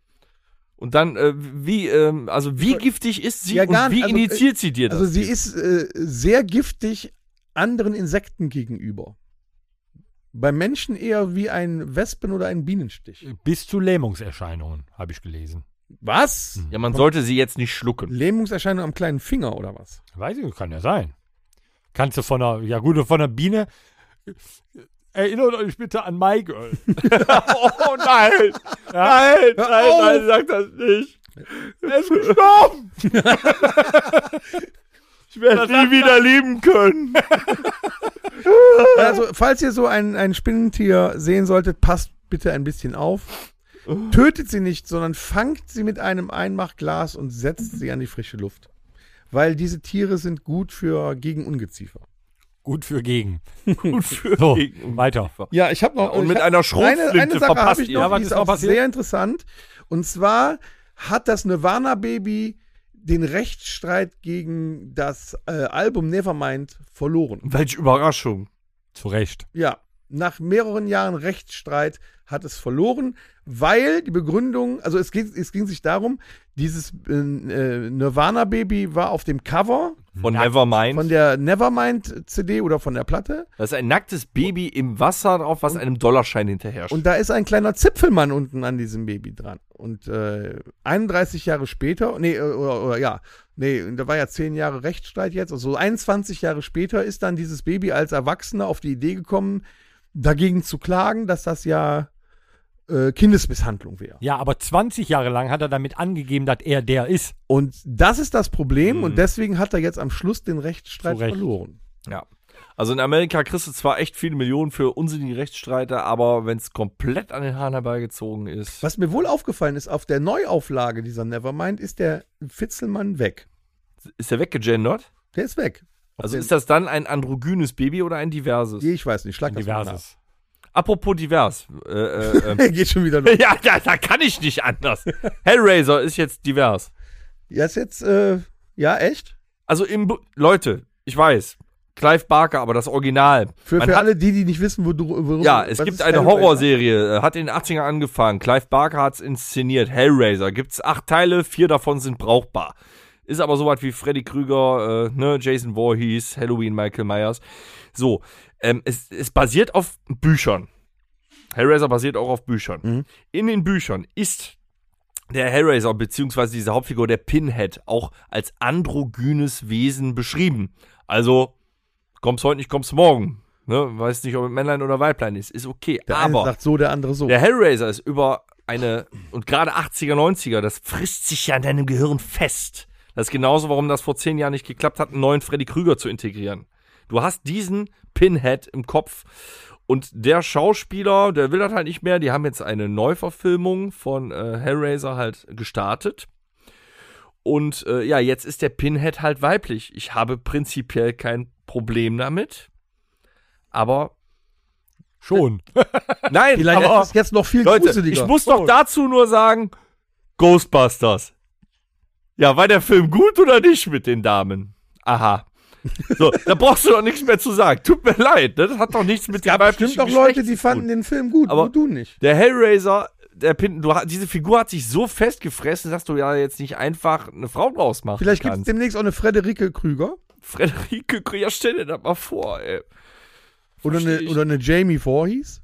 Speaker 3: Und dann, äh, wie, ähm, also wie giftig ist sie
Speaker 2: Ja, gar
Speaker 3: und
Speaker 2: nicht.
Speaker 3: wie
Speaker 2: Also,
Speaker 3: initiiert sie dir das?
Speaker 2: Also sie ist äh, sehr giftig anderen Insekten gegenüber. Bei Menschen eher wie ein Wespen- oder ein Bienenstich.
Speaker 4: Bis zu Lähmungserscheinungen, habe ich gelesen.
Speaker 2: Was?
Speaker 3: ja, man sollte sie jetzt nicht schlucken.
Speaker 2: Lähmungserscheinung am kleinen Finger oder was?
Speaker 4: Weiß ich, nicht, kann ja sein. Kannst du von einer, ja gut, von einer Biene. Erinnert euch bitte an Maigirl. [LAUGHS]
Speaker 3: oh nein! Nein! Nein,
Speaker 4: oh.
Speaker 3: nein, sag das nicht! Er ist gestorben! ich werde nie wieder lieben können.
Speaker 2: Also, falls ihr so ein, ein Spinnentier sehen solltet, passt bitte ein bisschen auf. Tötet sie nicht, sondern fangt sie mit einem Einmachglas und setzt sie an die frische Luft. Weil diese Tiere sind gut für gegen Ungeziefer.
Speaker 4: Gut für gegen. Gut für so,
Speaker 3: gegen.
Speaker 4: Weiter.
Speaker 2: Ja, ich habe noch.
Speaker 3: und
Speaker 2: ich
Speaker 3: mit
Speaker 2: hab-
Speaker 3: einer
Speaker 2: eine,
Speaker 3: Schrotflinte
Speaker 2: eine Sache
Speaker 3: verpasst
Speaker 2: habe ich
Speaker 3: ihr.
Speaker 2: noch,
Speaker 4: Ja, was
Speaker 2: die
Speaker 4: ist
Speaker 2: ist
Speaker 4: noch
Speaker 2: auch
Speaker 4: passiert?
Speaker 2: sehr interessant. Und zwar hat das Nirvana-Baby den Rechtsstreit gegen das äh, Album Nevermind verloren.
Speaker 3: Welche Überraschung.
Speaker 4: Zu Recht.
Speaker 2: Ja, nach mehreren Jahren Rechtsstreit hat es verloren, weil die Begründung, also es ging, es ging sich darum, dieses äh, äh, Nirvana-Baby war auf dem Cover
Speaker 3: Von Nevermind.
Speaker 2: von der Nevermind-CD oder von der Platte
Speaker 3: das ist ein nacktes Baby im Wasser drauf, was einem Dollarschein hinterher
Speaker 2: und da ist ein kleiner Zipfelmann unten an diesem Baby dran. Und äh, 31 Jahre später, nee, äh, oder, oder ja, nee, da war ja 10 Jahre Rechtsstreit jetzt, also 21 Jahre später ist dann dieses Baby als Erwachsener auf die Idee gekommen, dagegen zu klagen, dass das ja äh, Kindesmisshandlung wäre.
Speaker 4: Ja, aber 20 Jahre lang hat er damit angegeben, dass er der ist.
Speaker 2: Und das ist das Problem und deswegen hat er jetzt am Schluss den Rechtsstreit
Speaker 4: Zu Recht.
Speaker 2: verloren.
Speaker 3: Ja. Also in Amerika kriegst du zwar echt viele Millionen für unsinnige Rechtsstreiter, aber wenn es komplett an den Haaren herbeigezogen ist.
Speaker 2: Was mir wohl aufgefallen ist, auf der Neuauflage dieser Nevermind ist der Fitzelmann weg.
Speaker 3: Ist der weggegendert?
Speaker 2: Der ist weg. Auf
Speaker 3: Also
Speaker 2: den-
Speaker 3: ist das dann ein androgynes Baby oder ein diverses?
Speaker 2: Ich weiß nicht, schlag das mal nach.
Speaker 4: Diverses.
Speaker 3: Apropos divers. Äh, [LAUGHS] äh,
Speaker 2: [LAUGHS]
Speaker 3: ähm,
Speaker 2: Er geht schon wieder los.
Speaker 3: ja, ja, da kann ich nicht anders. Hellraiser ist jetzt divers.
Speaker 2: Ja, ist jetzt, äh, ja, echt?
Speaker 3: Also im Bu Leute, ich weiß, Clive Barker, aber das Original.
Speaker 2: Für,
Speaker 3: Man
Speaker 2: für
Speaker 3: hat-
Speaker 2: alle die, die nicht wissen, wo du, worum
Speaker 3: Ja, es
Speaker 2: was
Speaker 3: gibt
Speaker 2: ist
Speaker 3: eine
Speaker 2: Hellraiser?
Speaker 3: Horrorserie, äh, hat in den 80ern angefangen. Clive Barker hat's inszeniert. Hellraiser gibt's acht Teile, vier davon sind brauchbar. Ist aber so was wie Freddy Krüger, äh, ne, Jason Voorhees, Halloween, Michael Myers. So, ähm, es, es basiert auf Büchern. Hellraiser basiert auch auf Büchern.
Speaker 2: Mhm.
Speaker 3: In den Büchern ist der Hellraiser beziehungsweise diese Hauptfigur, der Pinhead, auch als androgynes Wesen beschrieben. Also, kommst heute nicht, kommst morgen. Ne? Weiß nicht, ob es Männlein oder Weiblein ist. Ist okay.
Speaker 2: Der eine
Speaker 3: aber
Speaker 2: sagt so, der andere so.
Speaker 3: der Hellraiser ist über eine, und gerade 80er, 90er, das frisst sich ja in deinem Gehirn fest. Das ist genauso, warum das vor zehn Jahren nicht geklappt hat, einen neuen Freddy Krüger zu integrieren. Du hast diesen Pinhead im Kopf. Und der Schauspieler, der will das halt nicht mehr. Die haben jetzt eine Neuverfilmung von äh, Hellraiser halt gestartet. Und äh, ja, jetzt ist der Pinhead halt weiblich. Ich habe prinzipiell kein Problem damit. Aber
Speaker 4: Schon.
Speaker 3: [LAUGHS] nein,
Speaker 2: Vielleicht
Speaker 3: aber
Speaker 2: ist es jetzt noch viel
Speaker 3: Leute,
Speaker 2: gruseliger. Oh.
Speaker 3: ich muss doch dazu nur sagen, Ghostbusters. Ja, war der Film gut oder nicht mit den Damen? Aha.
Speaker 2: [LAUGHS]
Speaker 3: So, da brauchst du doch nichts mehr zu sagen. Tut mir leid, ne? das hat doch nichts mit dem
Speaker 2: Bestimmt
Speaker 3: weiblichen
Speaker 2: auch
Speaker 3: Geschlecht
Speaker 2: Leute, die
Speaker 3: zu
Speaker 2: fanden
Speaker 3: tun.
Speaker 2: den Film gut,
Speaker 3: Aber-
Speaker 2: nur du nicht.
Speaker 3: Der Hellraiser, der Pin, du, ha- diese Figur hat sich so festgefressen, dass du ja jetzt nicht einfach eine Frau draus machen
Speaker 2: Vielleicht gibt es
Speaker 3: kannst.
Speaker 2: demnächst auch eine Frederike Krüger
Speaker 3: Frederike Krüger, stell dir das mal vor, ey.
Speaker 2: oder
Speaker 3: Versteh
Speaker 2: eine,
Speaker 3: ich.
Speaker 2: oder eine Jamie Voorhees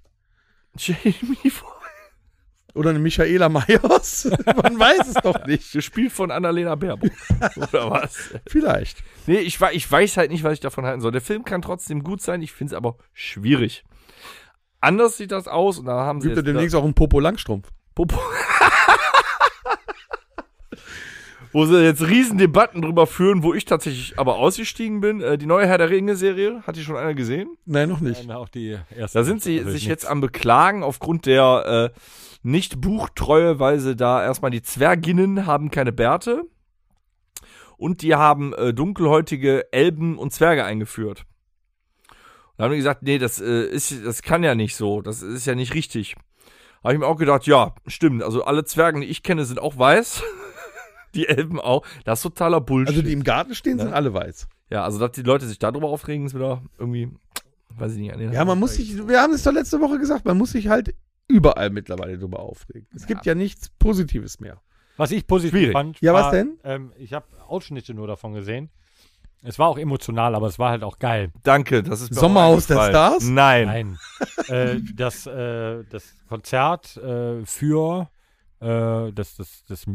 Speaker 3: Jamie Foxx,
Speaker 2: oder eine
Speaker 3: [LAUGHS]
Speaker 2: Michaela Meyers. Man weiß es doch nicht.
Speaker 3: gespielt von Annalena
Speaker 2: [LAUGHS]
Speaker 3: Baerbock. oder was?
Speaker 2: Vielleicht.
Speaker 3: Nee, ich, wa- ich weiß halt nicht, was ich davon halten soll. Der Film kann trotzdem gut sein, ich finde es aber schwierig. Anders sieht das aus und da haben sie
Speaker 2: Gibt es
Speaker 3: jetzt
Speaker 2: demnächst auch einen Popo Langstrumpf.
Speaker 3: Popo. [LAUGHS] wo sie jetzt riesen Debatten drüber führen, wo ich tatsächlich aber ausgestiegen bin. Äh, die neue Herr der Ringe-Serie, hat die schon einer gesehen?
Speaker 2: Nein, noch nicht.
Speaker 4: Dann auch die erste.
Speaker 3: Da sind sie
Speaker 4: Also
Speaker 3: sich
Speaker 4: nix.
Speaker 3: jetzt am Beklagen aufgrund der äh, Nicht-Buchtreue, weil sie da erstmal die Zwerginnen haben keine Bärte und die haben äh, dunkelhäutige Elben und Zwerge eingeführt. Und da haben die gesagt, nee, das, äh, ist, das kann ja nicht so, das ist ja nicht richtig. Habe ich mir auch gedacht, ja, stimmt, also alle Zwerge, die ich kenne, sind auch weiß. [LAUGHS] Die Elben auch. Das ist totaler Bullshit.
Speaker 2: Also die im Garten stehen, sind alle weiß.
Speaker 3: ja, also dass die Leute sich darüber aufregen, ist wieder irgendwie, weiß ich nicht. an den
Speaker 2: Ja, man muss sich, wir haben es doch letzte Woche gesagt, man muss sich halt überall mittlerweile drüber aufregen. Es gibt ja nichts Positives mehr.
Speaker 4: Was ich positiv
Speaker 3: Schwierig.
Speaker 4: fand.
Speaker 2: Ja, was
Speaker 4: war,
Speaker 2: denn?
Speaker 4: Ähm, ich habe Ausschnitte nur davon gesehen. Es war auch emotional, aber es war halt auch geil.
Speaker 3: Danke, das ist mir
Speaker 2: Sommerhaus
Speaker 3: auch
Speaker 2: der
Speaker 3: eingefallen.
Speaker 2: Stars?
Speaker 3: Nein.
Speaker 4: Nein.
Speaker 3: [LAUGHS]
Speaker 4: äh, das, äh, das Konzert äh, für äh, das, das, das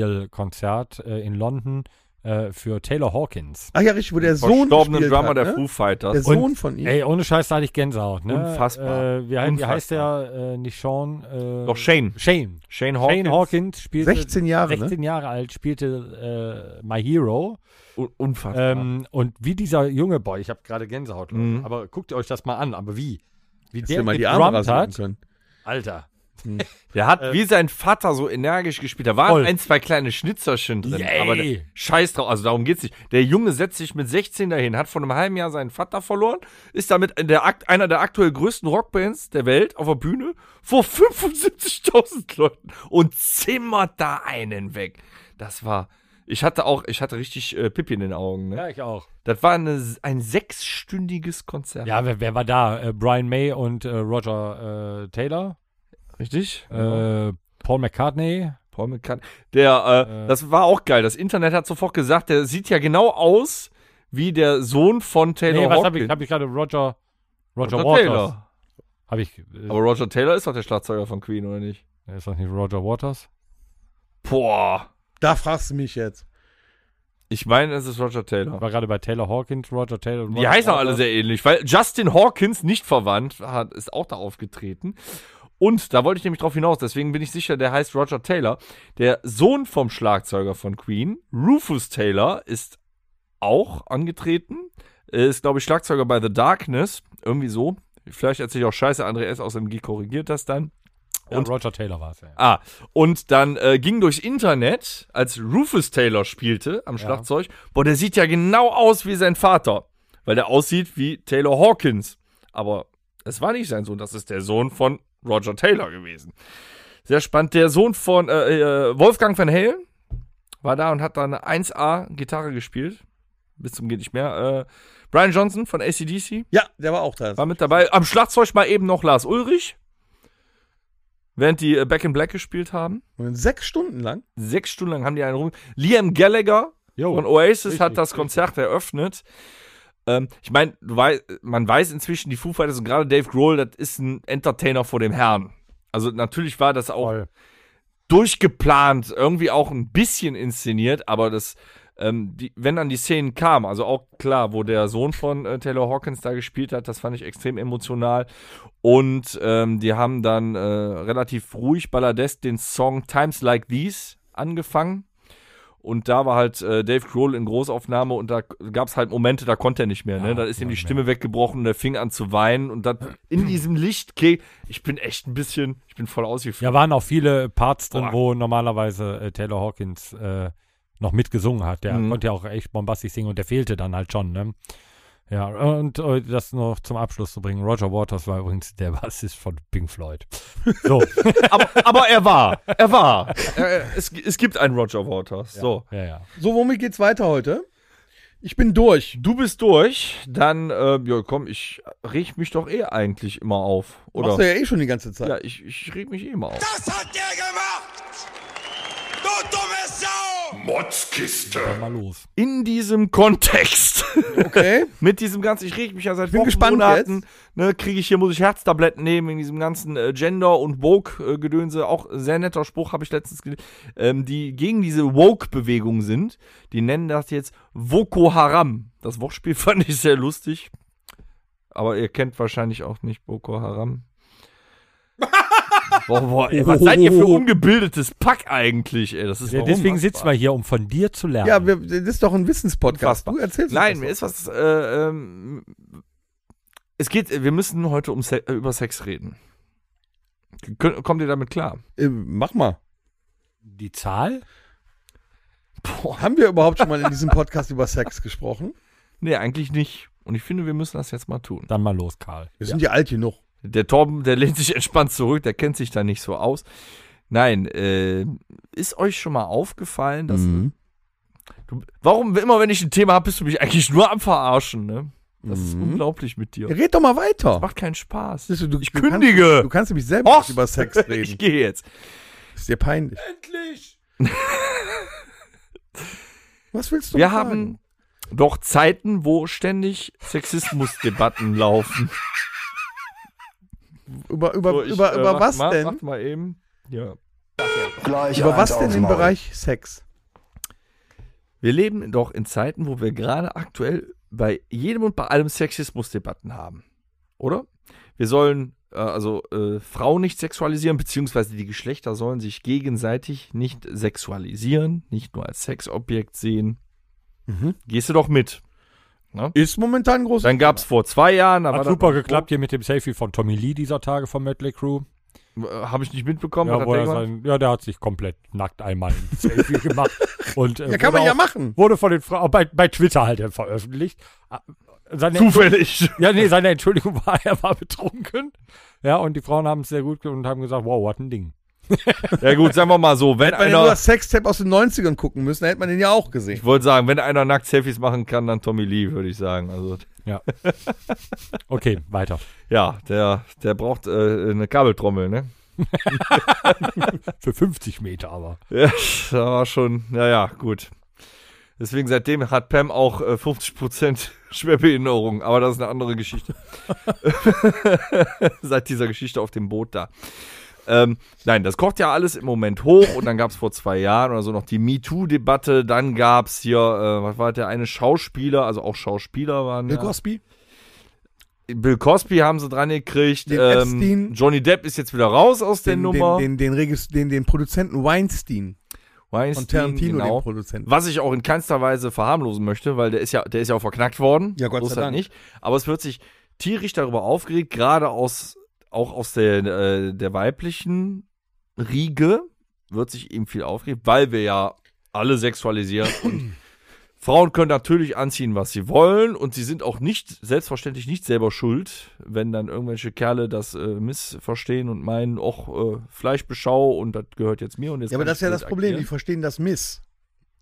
Speaker 4: Memorial-Konzert äh, in London äh, für Taylor Hawkins.
Speaker 2: Ach ja, richtig, wo der Sohn
Speaker 3: Verstorbenen
Speaker 2: gespielt
Speaker 3: Drummer
Speaker 2: hat,
Speaker 3: der
Speaker 2: ne?
Speaker 3: Foo Fighters.
Speaker 2: Der Sohn von ihm.
Speaker 4: Ey, ohne Scheiß, da hatte ich Gänsehaut. Ne?
Speaker 3: Unfassbar.
Speaker 4: Äh, wie, he- wie heißt
Speaker 3: Unfassbar.
Speaker 4: der? Äh, nicht Sean. Äh,
Speaker 3: Doch Shane.
Speaker 4: Shane.
Speaker 3: Shane Hawkins.
Speaker 4: Shane Hawkins spielte
Speaker 2: 16 Jahre, ne?
Speaker 4: 16 Jahre alt spielte äh, My Hero.
Speaker 3: Un- Unfassbar.
Speaker 4: Ähm, und wie dieser junge Boy, ich habe gerade Gänsehaut, Leute.
Speaker 3: Mhm.
Speaker 4: aber guckt euch das mal an, aber wie? Wie
Speaker 2: Dass wir
Speaker 4: der
Speaker 2: mal die Arme
Speaker 4: gedrummt
Speaker 2: rasieren
Speaker 4: hat.
Speaker 2: können.
Speaker 4: Alter.
Speaker 3: der hat wie sein Vater so energisch gespielt. Da waren
Speaker 4: äh, Voll.
Speaker 3: ein, zwei kleine Schnitzerchen drin.
Speaker 4: Yay.
Speaker 3: Aber der, scheiß drauf, also darum geht's nicht. Der Junge setzt sich mit 16 dahin, hat vor einem halben Jahr seinen Vater verloren, ist damit in der Akt, einer der aktuell größten Rockbands der Welt auf der Bühne vor [LAUGHS] 75.000 Leuten und zimmert da einen weg. Das war. Ich hatte auch, ich hatte richtig äh, Pipi in den Augen. Ne?
Speaker 4: Ja, ich auch.
Speaker 3: Das war eine, ein sechsstündiges Konzert.
Speaker 4: Ja, wer, wer war da? Äh, Brian May und äh, Roger äh, Taylor.
Speaker 3: Richtig?
Speaker 4: Äh, Paul McCartney.
Speaker 3: Paul McCartney. Der, äh,
Speaker 4: Äh.
Speaker 3: das war auch geil. Das Internet hat sofort gesagt, der sieht ja genau aus wie der Sohn von Taylor
Speaker 4: nee, was habe ich,
Speaker 3: Hawkins.
Speaker 4: hab ich gerade? Roger, Roger,
Speaker 3: Roger
Speaker 4: Waters.
Speaker 3: Taylor.
Speaker 4: Habe ich. Äh,
Speaker 3: Aber Roger Taylor ist doch der Schlagzeuger von Queen, oder nicht?
Speaker 4: ist das nicht Roger Waters?
Speaker 3: Boah.
Speaker 2: Da fragst du mich jetzt.
Speaker 3: Ich meine, es ist Roger
Speaker 4: Ich
Speaker 3: Taylor.
Speaker 4: war gerade bei Taylor Hawkins, Roger Taylor. und
Speaker 3: Die
Speaker 4: Roger
Speaker 3: heißen auch alle
Speaker 4: Waters.
Speaker 3: sehr ähnlich, weil Justin Hawkins, nicht verwandt, hat, ist auch da aufgetreten. Und da wollte ich nämlich drauf hinaus, deswegen bin ich sicher, der heißt Roger Taylor. Der Sohn vom Schlagzeuger von Queen, Rufus Taylor, ist auch angetreten. Er Ist, glaube ich, Schlagzeuger bei The Darkness. Irgendwie so. Vielleicht erzähle ich auch Scheiße, André S. aus MG korrigiert das dann. und-
Speaker 4: ja, Roger Taylor war es, ja.
Speaker 3: Ah, und dann äh, ging durchs Internet, als Rufus Taylor spielte am Schlagzeug, boah, der sieht ja genau aus wie sein Vater, weil der aussieht wie Taylor Hawkins. Aber es war nicht sein Sohn, das ist der Sohn von Roger Taylor gewesen. Sehr spannend. Der Sohn von äh, äh, Wolfgang van Halen war da und hat da eine 1A-Gitarre gespielt. Bis zum geht nicht mehr. Äh, Brian Johnson von ACDC
Speaker 2: Ja, der war auch da.
Speaker 3: war mit dabei. Am Schlagzeug mal eben noch Lars Ulrich. Während die äh, Back in Black gespielt haben.
Speaker 2: Und sechs Stunden lang.
Speaker 3: Sechs Stunden lang haben die einen rum. Liam Gallagher
Speaker 4: Jo,
Speaker 3: von Oasis hat
Speaker 4: richtig,
Speaker 3: das Konzert eröffnet. Ähm, ich meine, du wei- man weiß inzwischen, die Foo Fighters und gerade Dave Grohl, das ist ein Entertainer vor dem Herrn. Also natürlich war das auch
Speaker 4: voll.
Speaker 3: durchgeplant, irgendwie auch ein bisschen inszeniert, aber das, ähm, die, wenn dann die Szenen kamen, also auch klar, wo der Sohn von äh, Taylor Hawkins da gespielt hat, das fand ich extrem emotional. Und ähm, die haben dann äh, relativ ruhig balladesk den Song Times Like These angefangen. Und da war halt äh, Dave Grohl in Großaufnahme und da gab es halt Momente, da konnte er nicht mehr. ne? Da ist ihm die Stimme weggebrochen und er fing an zu weinen und dann in diesem Licht, ich bin echt ein bisschen, ich bin voll ausgeflippt.
Speaker 4: Ja, waren auch viele Parts drin,
Speaker 3: Boah.
Speaker 4: wo normalerweise äh, Taylor Hawkins äh, noch mitgesungen hat. Der
Speaker 3: Mhm.
Speaker 4: konnte ja auch echt bombastisch singen und der fehlte dann halt schon, ne? Ja, und äh, das noch zum Abschluss zu bringen. Roger Waters war übrigens der [LAUGHS] Bassist von Pink Floyd.
Speaker 3: [LAUGHS]
Speaker 4: So,
Speaker 3: aber, aber er war. Er war. Äh, es, es gibt einen Roger Waters. So.
Speaker 4: ja, ja.
Speaker 2: So, womit geht's weiter heute? Ich bin durch.
Speaker 3: Du bist durch, dann, äh, ja, komm, ich reg mich doch eh eigentlich immer auf.
Speaker 2: Machst du
Speaker 3: Oder?
Speaker 2: ja eh schon die ganze Zeit.
Speaker 3: Ja, ich, ich reg mich eh immer auf.
Speaker 7: Das hat der gemacht! Du dumme Sau!
Speaker 1: Motzkiste.
Speaker 4: Mal los.
Speaker 3: In diesem Kontext.
Speaker 2: Okay.
Speaker 3: Mit diesem ganzen, ich reg mich ja seit
Speaker 2: bin
Speaker 3: Wochen,
Speaker 2: gespannt
Speaker 3: Monaten, ne, kriege ich hier, muss ich Herztabletten nehmen, in diesem ganzen äh, Gender- und Woke-Gedönse, auch sehr netter Spruch, habe ich letztens gelesen, ähm, die gegen diese Woke-Bewegung sind, die nennen das jetzt Voko Haram. Das Wortspiel [LAUGHS] fand ich sehr lustig, aber ihr kennt wahrscheinlich auch nicht Boko
Speaker 2: [LAUGHS]
Speaker 3: Haram. boah, boah, ey, was seid ihr
Speaker 2: [LAUGHS]
Speaker 3: für ungebildetes Pack eigentlich, ey? Das ist
Speaker 4: Ja,
Speaker 3: doch
Speaker 4: deswegen sitzen
Speaker 3: unfassbar.
Speaker 4: wir hier, um von dir zu lernen.
Speaker 2: Ja, wir, das ist doch ein Wissenspodcast.
Speaker 3: Unfassbar.
Speaker 2: Du erzählst
Speaker 3: Nein,
Speaker 2: mir
Speaker 3: mir ist was. Äh, ähm, es geht. Wir müssen heute um Se äh, über Sex reden. Kön kommt ihr damit klar?
Speaker 2: Äh, mach mal.
Speaker 4: Die Zahl?
Speaker 2: Haben wir überhaupt schon mal in diesem Podcast über Sex gesprochen?
Speaker 3: Nee, eigentlich nicht. Und ich finde, wir müssen das jetzt mal tun.
Speaker 4: Dann mal los, Karl.
Speaker 2: Wir sind ja alt genug.
Speaker 3: Der Torben, der lehnt sich [LAUGHS] entspannt zurück, der kennt sich da nicht so aus. Nein, äh, ist euch schon mal aufgefallen, dass.
Speaker 6: Mhm.
Speaker 3: Du, warum, immer wenn ich ein Thema habe, bist du mich eigentlich nur am Verarschen, ne? Das ist unglaublich mit dir.
Speaker 2: Red doch mal weiter.
Speaker 3: Macht keinen Spaß.
Speaker 2: Mhm. Siehst du, du-
Speaker 3: Ich
Speaker 2: du
Speaker 3: kündige.
Speaker 2: Kannst, du kannst nämlich selber
Speaker 3: Horst.
Speaker 2: nicht über Sex
Speaker 3: [LAUGHS] Ich
Speaker 2: reden.
Speaker 3: gehe jetzt.
Speaker 2: ist dir peinlich. Endlich. [LAUGHS] Was willst du
Speaker 3: Wir
Speaker 2: sagen?
Speaker 3: haben doch Zeiten, wo ständig Sexismusdebatten [LAUGHS] laufen.
Speaker 2: über über
Speaker 3: So, ich,
Speaker 2: über,
Speaker 3: äh,
Speaker 2: über
Speaker 3: mach
Speaker 2: was
Speaker 3: mal,
Speaker 2: denn?
Speaker 3: Mach mal eben. Ja.
Speaker 2: über was denn im Bereich Sex?
Speaker 3: Wir leben doch in Zeiten, wo wir gerade aktuell bei jedem und bei allem Sexismusdebatten haben. Oder? Wir sollen äh, also äh, Frauen nicht sexualisieren, beziehungsweise die Geschlechter sollen sich gegenseitig nicht sexualisieren, nicht nur als Sexobjekt sehen.
Speaker 2: Mhm.
Speaker 3: Gehst du doch mit.
Speaker 2: Ist momentan groß.
Speaker 3: Dann gab es vor zwei Jahren, da war
Speaker 4: Hat
Speaker 3: das
Speaker 4: super
Speaker 3: noch-
Speaker 4: geklappt hier mit dem Selfie von Tommy Lee dieser Tage von Mötley Crew.
Speaker 3: Äh, Hab ich nicht mitbekommen.
Speaker 4: Ja,
Speaker 3: was
Speaker 4: wo
Speaker 3: hat
Speaker 4: er
Speaker 3: der gemacht?
Speaker 4: sein, ja, der hat sich komplett nackt einmal ein Selfie
Speaker 2: [LAUGHS]
Speaker 4: gemacht. Und, äh,
Speaker 2: ja, kann man
Speaker 4: wurde
Speaker 2: ja
Speaker 4: auch-
Speaker 2: machen.
Speaker 4: Wurde von den Frauen, bei, bei Twitter halt äh, veröffentlicht. Ah, Seine,
Speaker 3: Zufällig.
Speaker 4: ja, nee, seine [LAUGHS] Entschuldigung war, er war betrunken. Ja, und die Frauen haben es sehr gut ge- und haben gesagt, wow, was ein Ding.
Speaker 3: Ja gut, sagen wir mal so, wenn
Speaker 2: Wenn wir nur
Speaker 3: einer,
Speaker 2: das Sextape aus den 90ern gucken müssen, dann hätte man den ja auch gesehen.
Speaker 3: ich wollte sagen, wenn einer nackt Selfies machen kann, dann Tommy Lee, würde ich sagen. Also
Speaker 2: [LAUGHS]
Speaker 4: Okay, weiter.
Speaker 3: ja, der, der braucht äh, eine Kabeltrommel, ne?
Speaker 4: Für 50 Meter aber.
Speaker 3: Ja, [LAUGHS] das war schon, naja, gut. Deswegen seitdem hat Pam auch äh, 50% [LAUGHS] Schwerbehinderung, aber das ist eine andere Geschichte. [LAUGHS] Seit dieser Geschichte auf dem Boot da. Ähm, nein, das kocht ja alles im Moment hoch und dann gab es vor zwei Jahren oder so noch die MeToo-Debatte, dann gab es hier, äh, was war der eine Schauspieler, also auch Schauspieler waren ja.
Speaker 2: Cosby?
Speaker 3: Bill Cosby haben sie dran gekriegt,
Speaker 2: Den
Speaker 3: ähm,
Speaker 2: Epstein.
Speaker 3: Johnny Depp ist jetzt wieder raus aus der
Speaker 2: Den, den,
Speaker 3: Nummer.
Speaker 2: den, den, Regis- den, den Produzenten Weinstein
Speaker 3: Weinstein,
Speaker 2: von Tarantino,
Speaker 3: genau.
Speaker 2: den Produzenten.
Speaker 3: Was ich auch in keinster Weise verharmlosen möchte, weil der ist ja, der ist ja auch verknackt worden.
Speaker 2: Ja, Gott
Speaker 3: So ist
Speaker 2: sei
Speaker 3: das
Speaker 2: Dank.
Speaker 3: nicht. Aber es wird sich tierisch darüber aufgeregt, gerade aus, auch aus der, äh, der weiblichen Riege wird sich eben viel aufgeregt, weil wir ja alle sexualisieren
Speaker 2: [CLEARS THROAT]
Speaker 3: und Frauen können natürlich anziehen, was sie wollen und sie sind auch nicht, selbstverständlich nicht selber schuld, wenn dann irgendwelche Kerle das äh, missverstehen und meinen, och, äh, Fleischbeschau und das gehört jetzt mir und jetzt
Speaker 2: Ja, aber
Speaker 3: kann
Speaker 2: das
Speaker 3: ich
Speaker 2: ist ja
Speaker 3: blöd
Speaker 2: das Problem.
Speaker 3: agieren.
Speaker 2: Die verstehen das Miss.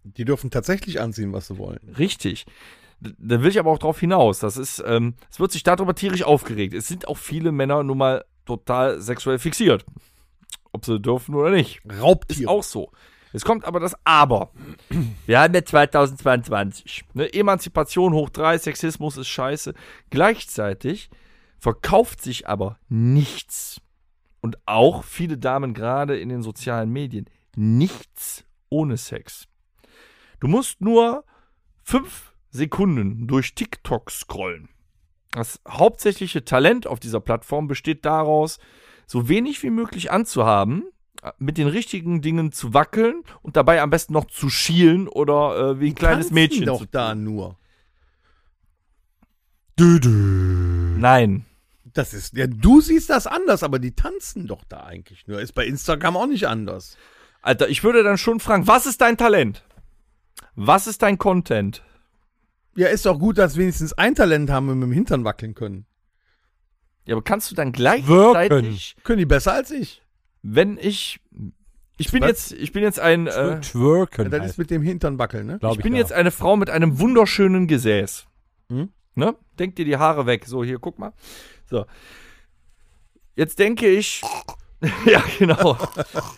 Speaker 2: Die dürfen tatsächlich anziehen, was sie wollen.
Speaker 3: Richtig. D- Da will ich aber auch drauf hinaus. Das ist, ähm, es wird sich darüber tierisch aufgeregt. Es sind auch viele Männer nun mal total sexuell fixiert. Ob sie dürfen oder nicht. Ist
Speaker 2: Raubtier.
Speaker 3: auch so. Jetzt kommt aber das Aber. Wir haben ja 2022. Ne, Emanzipation hoch drei, Sexismus ist scheiße. Gleichzeitig verkauft sich aber nichts. Und auch viele Damen gerade in den sozialen Medien. Nichts ohne Sex. Du musst nur fünf Sekunden durch TikTok scrollen. Das hauptsächliche Talent auf dieser Plattform besteht daraus, so wenig wie möglich anzuhaben, mit den richtigen Dingen zu wackeln und dabei am besten noch zu schielen oder äh, wie ein kleines
Speaker 2: Tanzen
Speaker 3: Mädchen.
Speaker 2: doch
Speaker 3: zu
Speaker 2: da nur.
Speaker 3: Nein.
Speaker 2: Das ist, ja, du siehst das anders, aber die tanzen doch da eigentlich nur. Ist bei Instagram auch nicht anders.
Speaker 3: Alter, ich würde dann schon fragen, was ist dein Talent? Was ist dein Content?
Speaker 2: Ja, ist doch gut, dass wir wenigstens ein Talent haben und mit dem Hintern wackeln können.
Speaker 3: Ja, aber kannst du dann gleichzeitig,
Speaker 2: Können die besser als ich?
Speaker 3: wenn ich ich bin jetzt ich bin jetzt ein äh,
Speaker 2: Ja,
Speaker 4: Twerken.
Speaker 2: das ist mit dem Hintern wackeln, ne?
Speaker 4: glaub
Speaker 3: Ich bin
Speaker 4: ja.
Speaker 3: jetzt eine Frau mit einem wunderschönen Gesäß.
Speaker 2: Hm?
Speaker 3: Ne? Denk dir die Haare weg. So, hier, guck mal. So. Jetzt denke ich. [LAUGHS] ja, genau.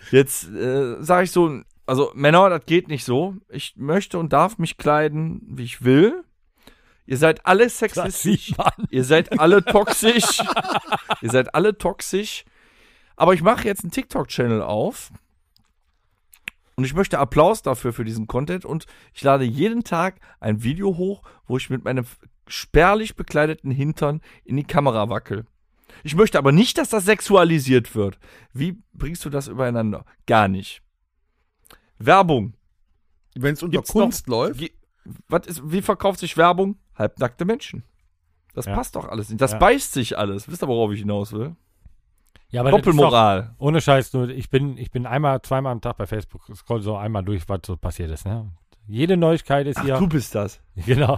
Speaker 3: Jetzt äh, sage ich so: Also, Männer, das geht nicht so. Ich möchte und darf mich kleiden, wie ich will. Ihr seid alle
Speaker 4: Das
Speaker 3: sexistisch.
Speaker 4: sieht man.
Speaker 3: Ihr seid alle toxisch. [LAUGHS] Ihr seid alle toxisch. Aber ich mache jetzt einen TikTok-Channel auf. Und ich möchte Applaus dafür für diesen Content. Und ich lade jeden Tag ein Video hoch, wo ich mit meinem spärlich bekleideten Hintern in die Kamera wackel. Ich möchte aber nicht, dass das sexualisiert wird. Wie bringst du das übereinander? Gar nicht. Werbung.
Speaker 2: Wenn es unter
Speaker 3: Gibt's noch-
Speaker 2: Kunst läuft.
Speaker 3: Wie, was ist, wie verkauft sich Werbung? Halbnackte Menschen. Das
Speaker 4: Ja.
Speaker 3: passt doch alles nicht. Das
Speaker 4: Ja.
Speaker 3: beißt sich alles. Wisst ihr, worauf ich hinaus will?
Speaker 4: Ja, aber das ist
Speaker 3: Doppelmoral.
Speaker 4: doch- Ohne Scheiß, nur ich bin, ich bin einmal, zweimal am Tag bei Facebook, scroll so einmal durch, was so passiert ist. Ne? Jede Neuigkeit ist hier.
Speaker 3: bist das.
Speaker 4: [LAUGHS] Genau.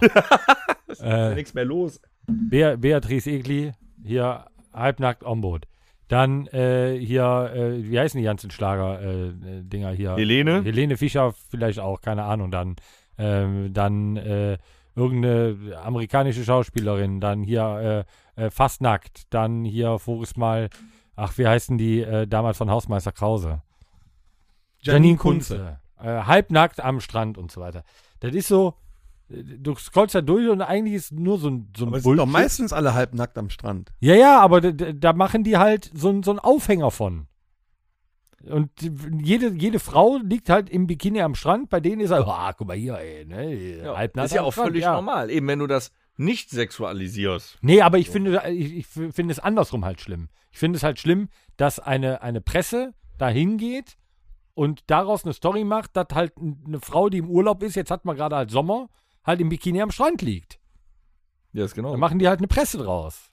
Speaker 4: äh,
Speaker 3: Nichts mehr los.
Speaker 4: Bea Beatrice Egli, hier halbnackt on board. Dann äh, hier, äh, wie heißen die ganzen Schlager-Dinger äh, Dinger hier?
Speaker 3: Helene?
Speaker 4: Helene Fischer vielleicht auch, keine Ahnung. Dann, ähm, dann äh, irgendeine amerikanische Schauspielerin, dann hier äh, äh, fast nackt, dann hier voriges Mal, ach, wie heißen die äh, damals von Hausmeister Krause? Janine Kunze. Äh, halbnackt am Strand und so weiter. Das ist so, äh, du scrollst da durch und eigentlich ist nur so ein, so ein
Speaker 2: Aber es sind doch
Speaker 4: Bullshit.
Speaker 2: meistens alle halbnackt am Strand.
Speaker 4: Ja, ja, aber da, da da machen die halt so, einen- so einen Aufhänger von. Und jede, jede Frau liegt halt im Bikini am Strand, bei denen ist halt, ah, guck mal hier, ey, ne,
Speaker 3: Ja,
Speaker 4: halbnackt
Speaker 3: das ist ja
Speaker 4: am
Speaker 3: auch
Speaker 4: Strand,
Speaker 3: völlig
Speaker 4: ja.
Speaker 3: normal. Eben, wenn du das nicht sexualisierst.
Speaker 4: Nee, aber ich finde, ich, ich finde es andersrum halt schlimm. Ich finde es halt schlimm, dass eine, eine Presse dahin geht und daraus eine Story macht, dass halt eine Frau, die im Urlaub ist, jetzt hat man gerade halt Sommer, halt im Bikini am Strand liegt.
Speaker 3: Ja, ist genau.
Speaker 4: Dann machen die halt eine Presse draus.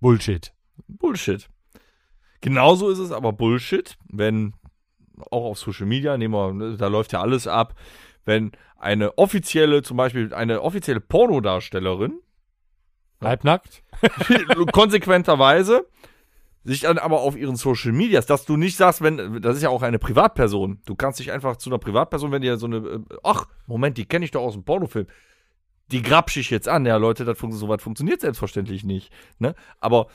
Speaker 4: Bullshit.
Speaker 3: Bullshit. Genauso ist es aber Bullshit, wenn auch auf Social Media, nehmen wir, ne, da läuft ja alles ab, wenn eine offizielle, zum Beispiel eine offizielle Pornodarstellerin
Speaker 4: Halbnackt.
Speaker 3: [LAUGHS] konsequenterweise sich dann aber auf ihren Social Medias, dass du nicht sagst, wenn, das ist ja auch eine Privatperson. Du kannst dich einfach zu einer Privatperson, wenn dir so eine, äh, ach, Moment, die kenne ich doch aus dem Pornofilm. Die grapsch ich jetzt an. Ja, Leute, das fun so weit funktioniert selbstverständlich nicht. Ne? Aber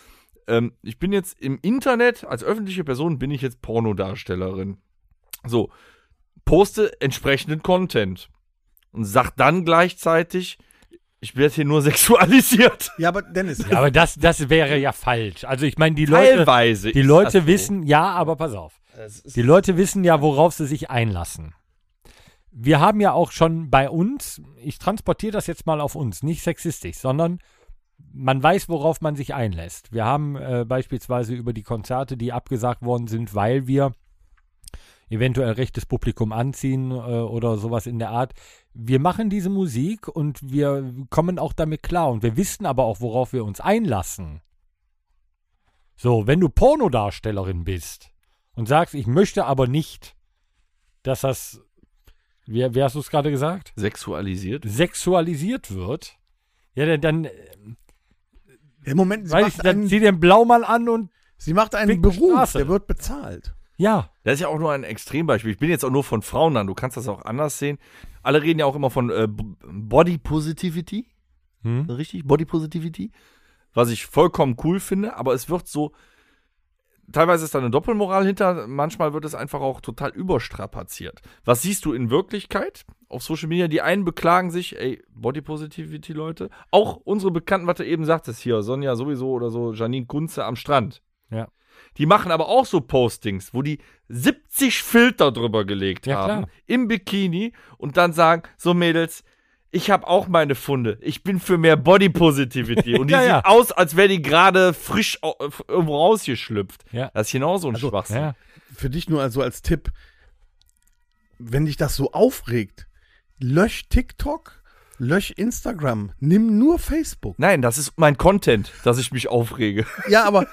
Speaker 3: ähm, ich bin jetzt im Internet, als öffentliche Person bin ich jetzt Pornodarstellerin. So, poste entsprechenden Content und sag dann gleichzeitig, ich werde hier nur [LAUGHS] sexualisiert.
Speaker 2: Ja, aber Dennis,
Speaker 4: Ja, aber das, das wäre ja falsch. Also ich meine, die Leute,
Speaker 3: Teilweise.
Speaker 4: die
Speaker 3: ist
Speaker 4: Leute
Speaker 3: das so.
Speaker 4: wissen, ja, aber pass auf. Die Leute wissen ja, worauf sie sich einlassen. Wir haben ja auch schon bei uns, ich transportiere das jetzt mal auf uns, nicht sexistisch, sondern man weiß, worauf man sich einlässt. Wir haben äh, beispielsweise über die Konzerte, die abgesagt worden sind, weil wir eventuell rechtes Publikum anziehen äh, oder sowas in der Art. Wir machen diese Musik und wir kommen auch damit klar und wir wissen aber auch, worauf wir uns einlassen. So, wenn du Pornodarstellerin bist und sagst, ich möchte aber nicht, dass das, wie, wie hast du es gerade gesagt,
Speaker 3: Sexualisiert?
Speaker 4: sexualisiert wird, ja, dann, dann äh,
Speaker 2: im Moment, sie
Speaker 4: weiß ich,
Speaker 2: macht,
Speaker 4: dann
Speaker 2: einen,
Speaker 4: zieh den Blaumann an und
Speaker 2: sie macht einen
Speaker 4: Ficken
Speaker 2: Beruf,
Speaker 4: Straße.
Speaker 2: der wird bezahlt.
Speaker 4: ja,
Speaker 3: Das ist ja auch nur ein Extrembeispiel. Ich bin jetzt auch nur von Frauen an. Du kannst das auch anders sehen. Alle reden ja auch immer von äh, B- Body Positivity.
Speaker 4: Hm.
Speaker 3: Richtig? Body Positivity. Was ich vollkommen cool finde, aber es wird so. Teilweise ist da eine Doppelmoral hinter, manchmal wird es einfach auch total überstrapaziert. Was siehst du in Wirklichkeit auf Social Media? Die einen beklagen sich, ey, Body Positivity, Leute. Auch unsere Bekannten, was du eben sagtest hier, Sonja sowieso oder so, Janine Kunze am Strand. Die machen aber auch so Postings, wo die 70 Filter drüber gelegt
Speaker 4: Ja,
Speaker 3: haben
Speaker 4: klar.
Speaker 3: im Bikini und dann sagen, so Mädels, ich habe auch meine Funde. Ich bin für mehr
Speaker 4: [LAUGHS]
Speaker 3: Body Positivity. Und die
Speaker 4: Ja,
Speaker 3: sieht
Speaker 4: ja.
Speaker 3: aus, als wäre die gerade frisch au- äh, f- irgendwo rausgeschlüpft.
Speaker 4: Ja.
Speaker 3: Das ist genauso ein Schwachsinn.
Speaker 4: ja.
Speaker 2: Für dich nur also als Tipp, wenn dich das so aufregt, lösch TikTok, lösch Instagram, nimm nur Facebook.
Speaker 3: Nein, das ist mein Content, dass ich mich
Speaker 4: [LAUGHS]
Speaker 3: aufrege.
Speaker 2: Ja, aber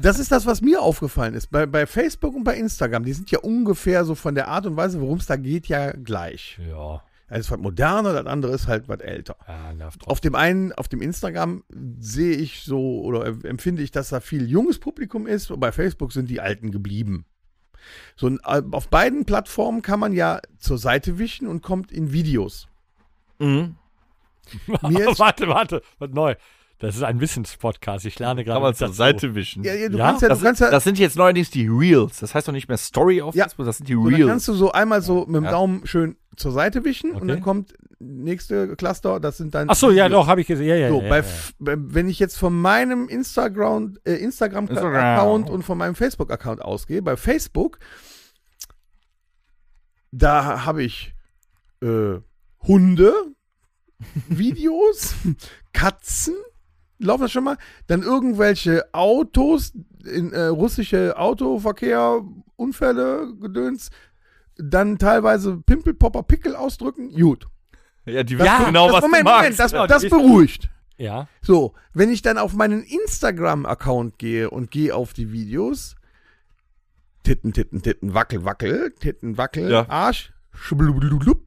Speaker 2: das ist das, was mir aufgefallen ist. Bei, bei Facebook und bei Instagram, die sind ja ungefähr so von der Art und Weise, worum es da geht, ja gleich.
Speaker 4: Ja,
Speaker 2: Das ist was moderner, das andere ist halt was älter.
Speaker 4: ja, nervt drauf.
Speaker 2: Auf dem einen, auf dem Instagram sehe ich so oder empfinde ich, dass da viel junges Publikum ist und bei Facebook sind die Alten geblieben. So, ein- auf beiden Plattformen kann man ja zur Seite wischen und kommt in Videos.
Speaker 3: Mhm.
Speaker 2: mir
Speaker 4: [LAUGHS]
Speaker 2: ist-
Speaker 4: warte, warte, was neu. Das ist ein Wissenspodcast. Ich lerne
Speaker 3: Kann man
Speaker 4: gerade.
Speaker 3: zur
Speaker 4: dazu.
Speaker 3: Seite wischen.
Speaker 2: Ja, ja, du
Speaker 4: Ja,
Speaker 2: kannst ja, du
Speaker 3: Das,
Speaker 2: kannst ja,
Speaker 3: das sind jetzt neuerdings die Reels. Das heißt doch nicht mehr Story auf
Speaker 2: Ja.
Speaker 3: Facebook, das sind die
Speaker 2: so, dann kannst
Speaker 3: Reels.
Speaker 2: du so einmal so mit dem
Speaker 3: Ja.
Speaker 2: Daumen schön zur Seite wischen
Speaker 4: Okay.
Speaker 2: und dann kommt nächste Cluster, das sind dann
Speaker 4: Ach so, ja,
Speaker 2: Videos.
Speaker 4: doch, habe ich gesehen. Ja, ja,
Speaker 2: So,
Speaker 4: ja,
Speaker 2: bei,
Speaker 4: ja.
Speaker 2: F- bei- wenn ich jetzt von meinem Instagram, äh, Instagram,
Speaker 3: Instagram.
Speaker 2: Account und von meinem Facebook Account ausgehe, bei Facebook, da habe ich äh, Hunde,
Speaker 4: [LAUGHS]
Speaker 2: Videos, Katzen, laufen das schon mal, dann irgendwelche Autos, in, äh, russische Autoverkehr, Unfälle, Gedöns, dann teilweise Pimpelpopper, Pickel ausdrücken, gut.
Speaker 3: Ja, die
Speaker 4: Ja,
Speaker 3: wissen genau,
Speaker 2: das,
Speaker 3: was
Speaker 2: Moment,
Speaker 3: du magst.
Speaker 2: Moment, das,
Speaker 4: Ja,
Speaker 2: das
Speaker 4: die-
Speaker 2: beruhigt.
Speaker 4: ja.
Speaker 2: So, wenn ich dann auf meinen Instagram-Account gehe und gehe auf die Videos, Titten, Titten, Titten, Wackel, Wackel, Titten, Wackel,
Speaker 3: Ja.
Speaker 2: Arsch, schblubblubblub,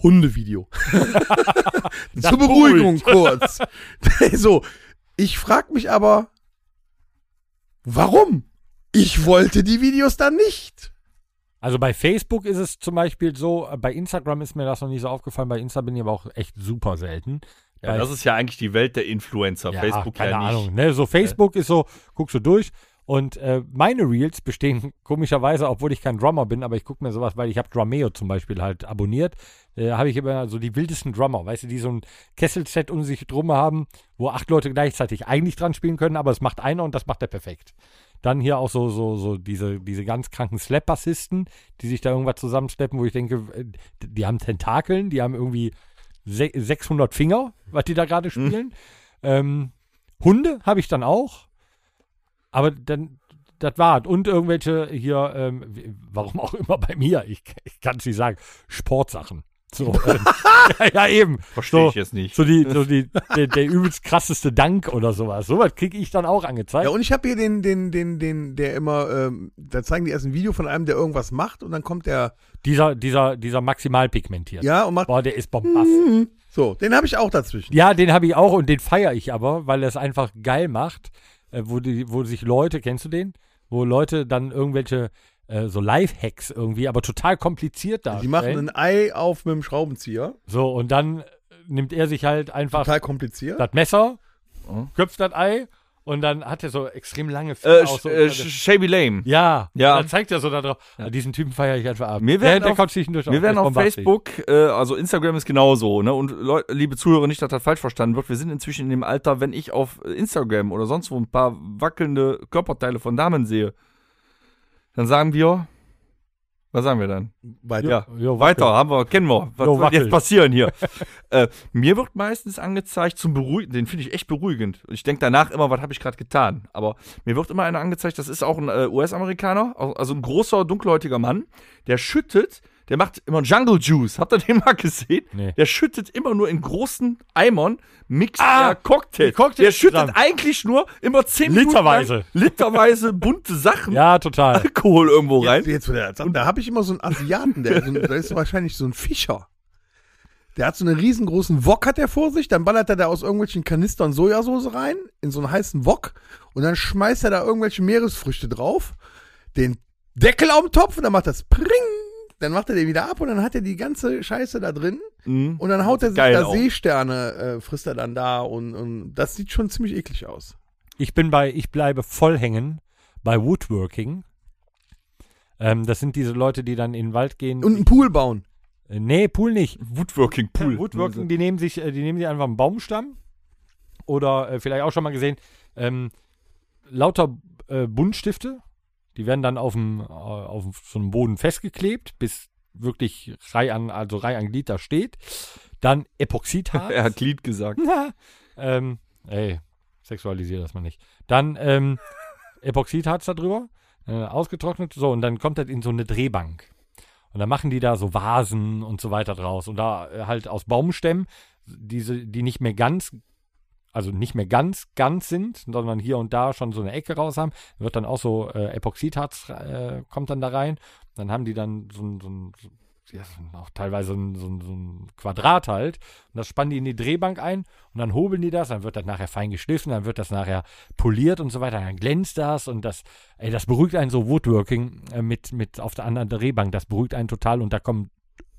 Speaker 2: Hundevideo. [LAUGHS] Zur Beruhigung kurz. [LAUGHS] so, ich frage mich aber, warum? Ich wollte die Videos dann nicht.
Speaker 4: Also bei Facebook ist es zum Beispiel so, äh, bei Instagram ist mir das noch nicht so aufgefallen, bei Insta bin ich aber auch echt super selten.
Speaker 3: Ja,
Speaker 4: Bei-
Speaker 3: das ist ja eigentlich die Welt der Influencer.
Speaker 4: Ja,
Speaker 3: Facebook
Speaker 4: keine
Speaker 3: ja nicht. Äh.
Speaker 4: Ahnung. Ne? So Facebook ist so, guckst du durch. Und äh, meine Reels bestehen [LAUGHS] komischerweise, obwohl ich kein Drummer bin, aber ich gucke mir sowas, weil ich habe Drumeo zum Beispiel halt abonniert. Äh, habe ich immer so die wildesten Drummer, weißt du, die so ein Kesselset um sich drum haben, wo acht Leute gleichzeitig eigentlich dran spielen können, aber es macht einer und das macht er perfekt. Dann hier auch so, so, so diese, diese ganz kranken Slap-Bassisten, die sich da irgendwas zusammensteppen, wo ich denke, äh, die haben Tentakeln, die haben irgendwie se- 600 Finger, was die da gerade
Speaker 3: Hm.
Speaker 4: spielen. Ähm, Hunde habe ich dann auch. Aber dann, das war's. Und irgendwelche hier, ähm, w- warum auch immer bei mir, ich, ich kann es nicht sagen, Sportsachen.
Speaker 2: [LAUGHS]
Speaker 4: So, ähm, ja, ja, eben.
Speaker 3: Verstehe
Speaker 4: so,
Speaker 3: ich jetzt nicht.
Speaker 4: So, die, so die, der, der übelst krasseste Dank oder sowas. Sowas kriege ich dann auch angezeigt.
Speaker 2: Ja, und ich habe hier den, den, den, den, der immer, ähm, da zeigen die erst ein Video von einem, der irgendwas macht und dann kommt der,
Speaker 4: dieser, dieser, dieser maximal pigmentiert.
Speaker 2: ja, und macht
Speaker 4: Boah, der ist bombastisch.
Speaker 2: So, den habe ich auch dazwischen.
Speaker 4: Ja, den habe ich auch und den feiere ich aber, weil er es einfach geil macht. äh, wo, die, wo sich Leute, kennst du den? Wo Leute dann irgendwelche äh, so Live-Hacks irgendwie, aber total kompliziert darstellen.
Speaker 2: Die machen ein Ei auf mit dem Schraubenzieher.
Speaker 4: so, und dann äh, nimmt er sich halt einfach
Speaker 2: Total kompliziert.
Speaker 4: das Messer, köpft das Ei und dann hat er so extrem lange Finger.
Speaker 3: Hm? Äh,
Speaker 4: auch
Speaker 3: Sh-
Speaker 4: so
Speaker 3: äh,
Speaker 4: unter der-
Speaker 3: Sh- Shabby Lame.
Speaker 4: ja,
Speaker 3: Ja.
Speaker 4: dann zeigt er so da drauf. Ah, Diesen Typen feiere ich einfach ab.
Speaker 3: Mir
Speaker 4: der,
Speaker 3: werden
Speaker 4: der
Speaker 3: auf-
Speaker 4: kommt zwischendurch
Speaker 3: Wir werden
Speaker 4: Der ist
Speaker 3: auf
Speaker 4: bombastisch.
Speaker 3: Facebook, äh, also Instagram ist genauso, ne? Und Leu- liebe Zuhörer, nicht, dass das falsch verstanden wird. Wir sind inzwischen in dem Alter, wenn ich auf Instagram oder sonst wo ein paar wackelnde Körperteile von Damen sehe, dann sagen wir, was sagen wir dann?
Speaker 2: Weiter.
Speaker 3: Ja,
Speaker 4: Jo,
Speaker 3: weiter, haben wir, kennen wir. Was
Speaker 4: Jo,
Speaker 3: wird
Speaker 4: wackelt.
Speaker 3: jetzt
Speaker 4: [LAUGHS]
Speaker 3: passieren hier? äh, mir wird meistens angezeigt zum Beruhigen, den finde ich echt beruhigend. Ich denke danach immer, was habe ich gerade getan? Aber mir wird immer einer angezeigt, das ist auch ein äh, US-Amerikaner, au- also ein großer, dunkelhäutiger Mann, der schüttet, der macht immer Jungle Juice. Habt ihr den mal gesehen?
Speaker 4: Nee.
Speaker 3: Der schüttet immer nur in großen Eimern, mixt
Speaker 4: Ah,
Speaker 3: er Cocktail.
Speaker 4: die Cocktails
Speaker 3: Der schüttet
Speaker 4: zusammen.
Speaker 3: eigentlich nur immer 10
Speaker 4: Literweise.
Speaker 3: Minuten lang, literweise bunte Sachen
Speaker 4: Ja, total.
Speaker 3: Alkohol irgendwo rein.
Speaker 2: Jetzt, jetzt, wo der das sagt, da habe ich immer so einen Asiaten, der, so, ein- der ist wahrscheinlich so ein Fischer. Der hat so einen riesengroßen Wok hat er vor sich, dann ballert er da aus irgendwelchen Kanistern Sojasauce rein, in so einen heißen Wok und dann schmeißt er da irgendwelche Meeresfrüchte drauf, den Deckel auf den Topf und dann macht das Pring, dann macht er den wieder ab und dann hat er die ganze Scheiße da drin
Speaker 3: Mhm.
Speaker 2: und dann haut er sich
Speaker 3: Geil
Speaker 2: da
Speaker 3: auch.
Speaker 2: Seesterne, äh, frisst er dann da und, und das sieht schon ziemlich eklig aus.
Speaker 4: Ich bin bei, ich bleibe voll hängen bei Woodworking. Ähm, das sind diese Leute, die dann in den Wald gehen.
Speaker 2: Und einen Pool bauen.
Speaker 4: Äh, nee, Pool nicht.
Speaker 3: Woodworking Pool. also
Speaker 4: Woodworking, die nehmen sich, äh, die nehmen sich einfach einen Baumstamm oder äh, vielleicht auch schon mal gesehen, ähm, lauter äh, Buntstifte, die werden dann auf dem äh, auf so einem Boden festgeklebt, bis wirklich Reih an, also Reih an Glied da steht. Dann
Speaker 3: [LAUGHS]
Speaker 4: Epoxidharz.
Speaker 3: Er hat Glied gesagt.
Speaker 4: Na, ähm, ey, sexualisiere das mal nicht. Dann ähm, Epoxidharz da drüber, äh, ausgetrocknet, so, und dann kommt das in so eine Drehbank. Und dann machen die da so Vasen und so weiter draus. Und da äh, halt aus Baumstämmen, diese, die nicht mehr ganz, also nicht mehr ganz, ganz sind, sondern hier und da schon so eine Ecke raus haben, wird dann auch so äh, Epoxidharz äh, kommt dann da rein. Dann haben die dann so ein, so ein so, ja, so ein- auch teilweise ein, so, ein, so ein Quadrat halt. Und das spannen die in die Drehbank ein und dann hobeln die das, dann wird das nachher fein geschliffen, dann wird das nachher poliert und so weiter, dann glänzt das und das, ey, das beruhigt einen so Woodworking äh, mit, mit auf der anderen Drehbank, das beruhigt einen total und da kommen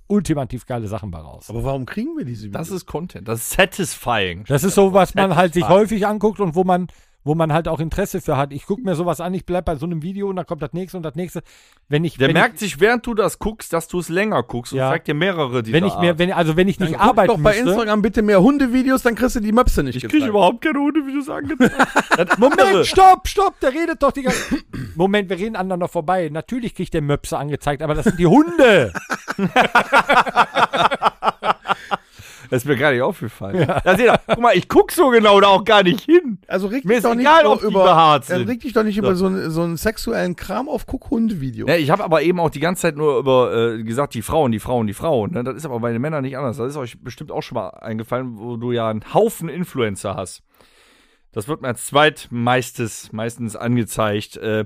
Speaker 4: ultimativ geile Sachen bei raus.
Speaker 2: Aber warum kriegen wir diese
Speaker 3: Das
Speaker 2: Videos?
Speaker 3: ist Content. Das ist satisfying.
Speaker 4: Das ist so, was man halt sich
Speaker 3: Satisfying.
Speaker 4: häufig anguckt und wo man, wo man halt auch Interesse für hat. Ich gucke mir sowas an, ich bleib bei so einem Video und dann kommt das nächste und das nächste. Wenn ich,
Speaker 3: Der
Speaker 4: wenn
Speaker 3: merkt sich, während du das guckst, dass du es länger guckst
Speaker 4: Ja.
Speaker 3: und zeigt dir mehrere
Speaker 4: ich,
Speaker 3: dieser
Speaker 4: wenn ich mir,
Speaker 3: Art.
Speaker 4: wenn, also wenn ich nicht
Speaker 2: Guck
Speaker 4: arbeiten
Speaker 2: doch bei
Speaker 4: müsste,
Speaker 2: Instagram bitte mehr Hundevideos, dann kriegst du die Möpse nicht
Speaker 3: halt ne? ich kriege
Speaker 2: gezeigt.
Speaker 3: überhaupt keine Hundevideos angezeigt. Das- [LAUGHS] Moment,
Speaker 4: Moment,
Speaker 3: st-
Speaker 4: stopp, stopp, der redet doch die ganze [COUGHS] Moment, wir reden aneinander vorbei. Natürlich kriegt der Möpse angezeigt, aber das sind die Hunde.
Speaker 3: Das ist mir gar nicht aufgefallen. Da seht ihr, guck mal, ich guck so genau da auch gar nicht hin.
Speaker 2: Also reg
Speaker 3: Mir
Speaker 2: dich
Speaker 3: ist
Speaker 2: doch nicht
Speaker 3: egal,
Speaker 2: so
Speaker 3: ob die
Speaker 2: über
Speaker 3: behaart
Speaker 2: äh,
Speaker 3: sind.
Speaker 2: Reg dich doch nicht über so einen, so einen sexuellen Kram auf guck Hundevideo.
Speaker 3: Ne, ich habe aber eben auch die ganze Zeit nur über äh, gesagt, die Frauen, die Frauen, die Frauen. Ne? Das ist aber bei den Männern nicht anders. Das ist euch bestimmt auch schon mal eingefallen, wo du ja einen Haufen Influencer hast. Das wird mir als zweitmeistes meistens angezeigt. Äh,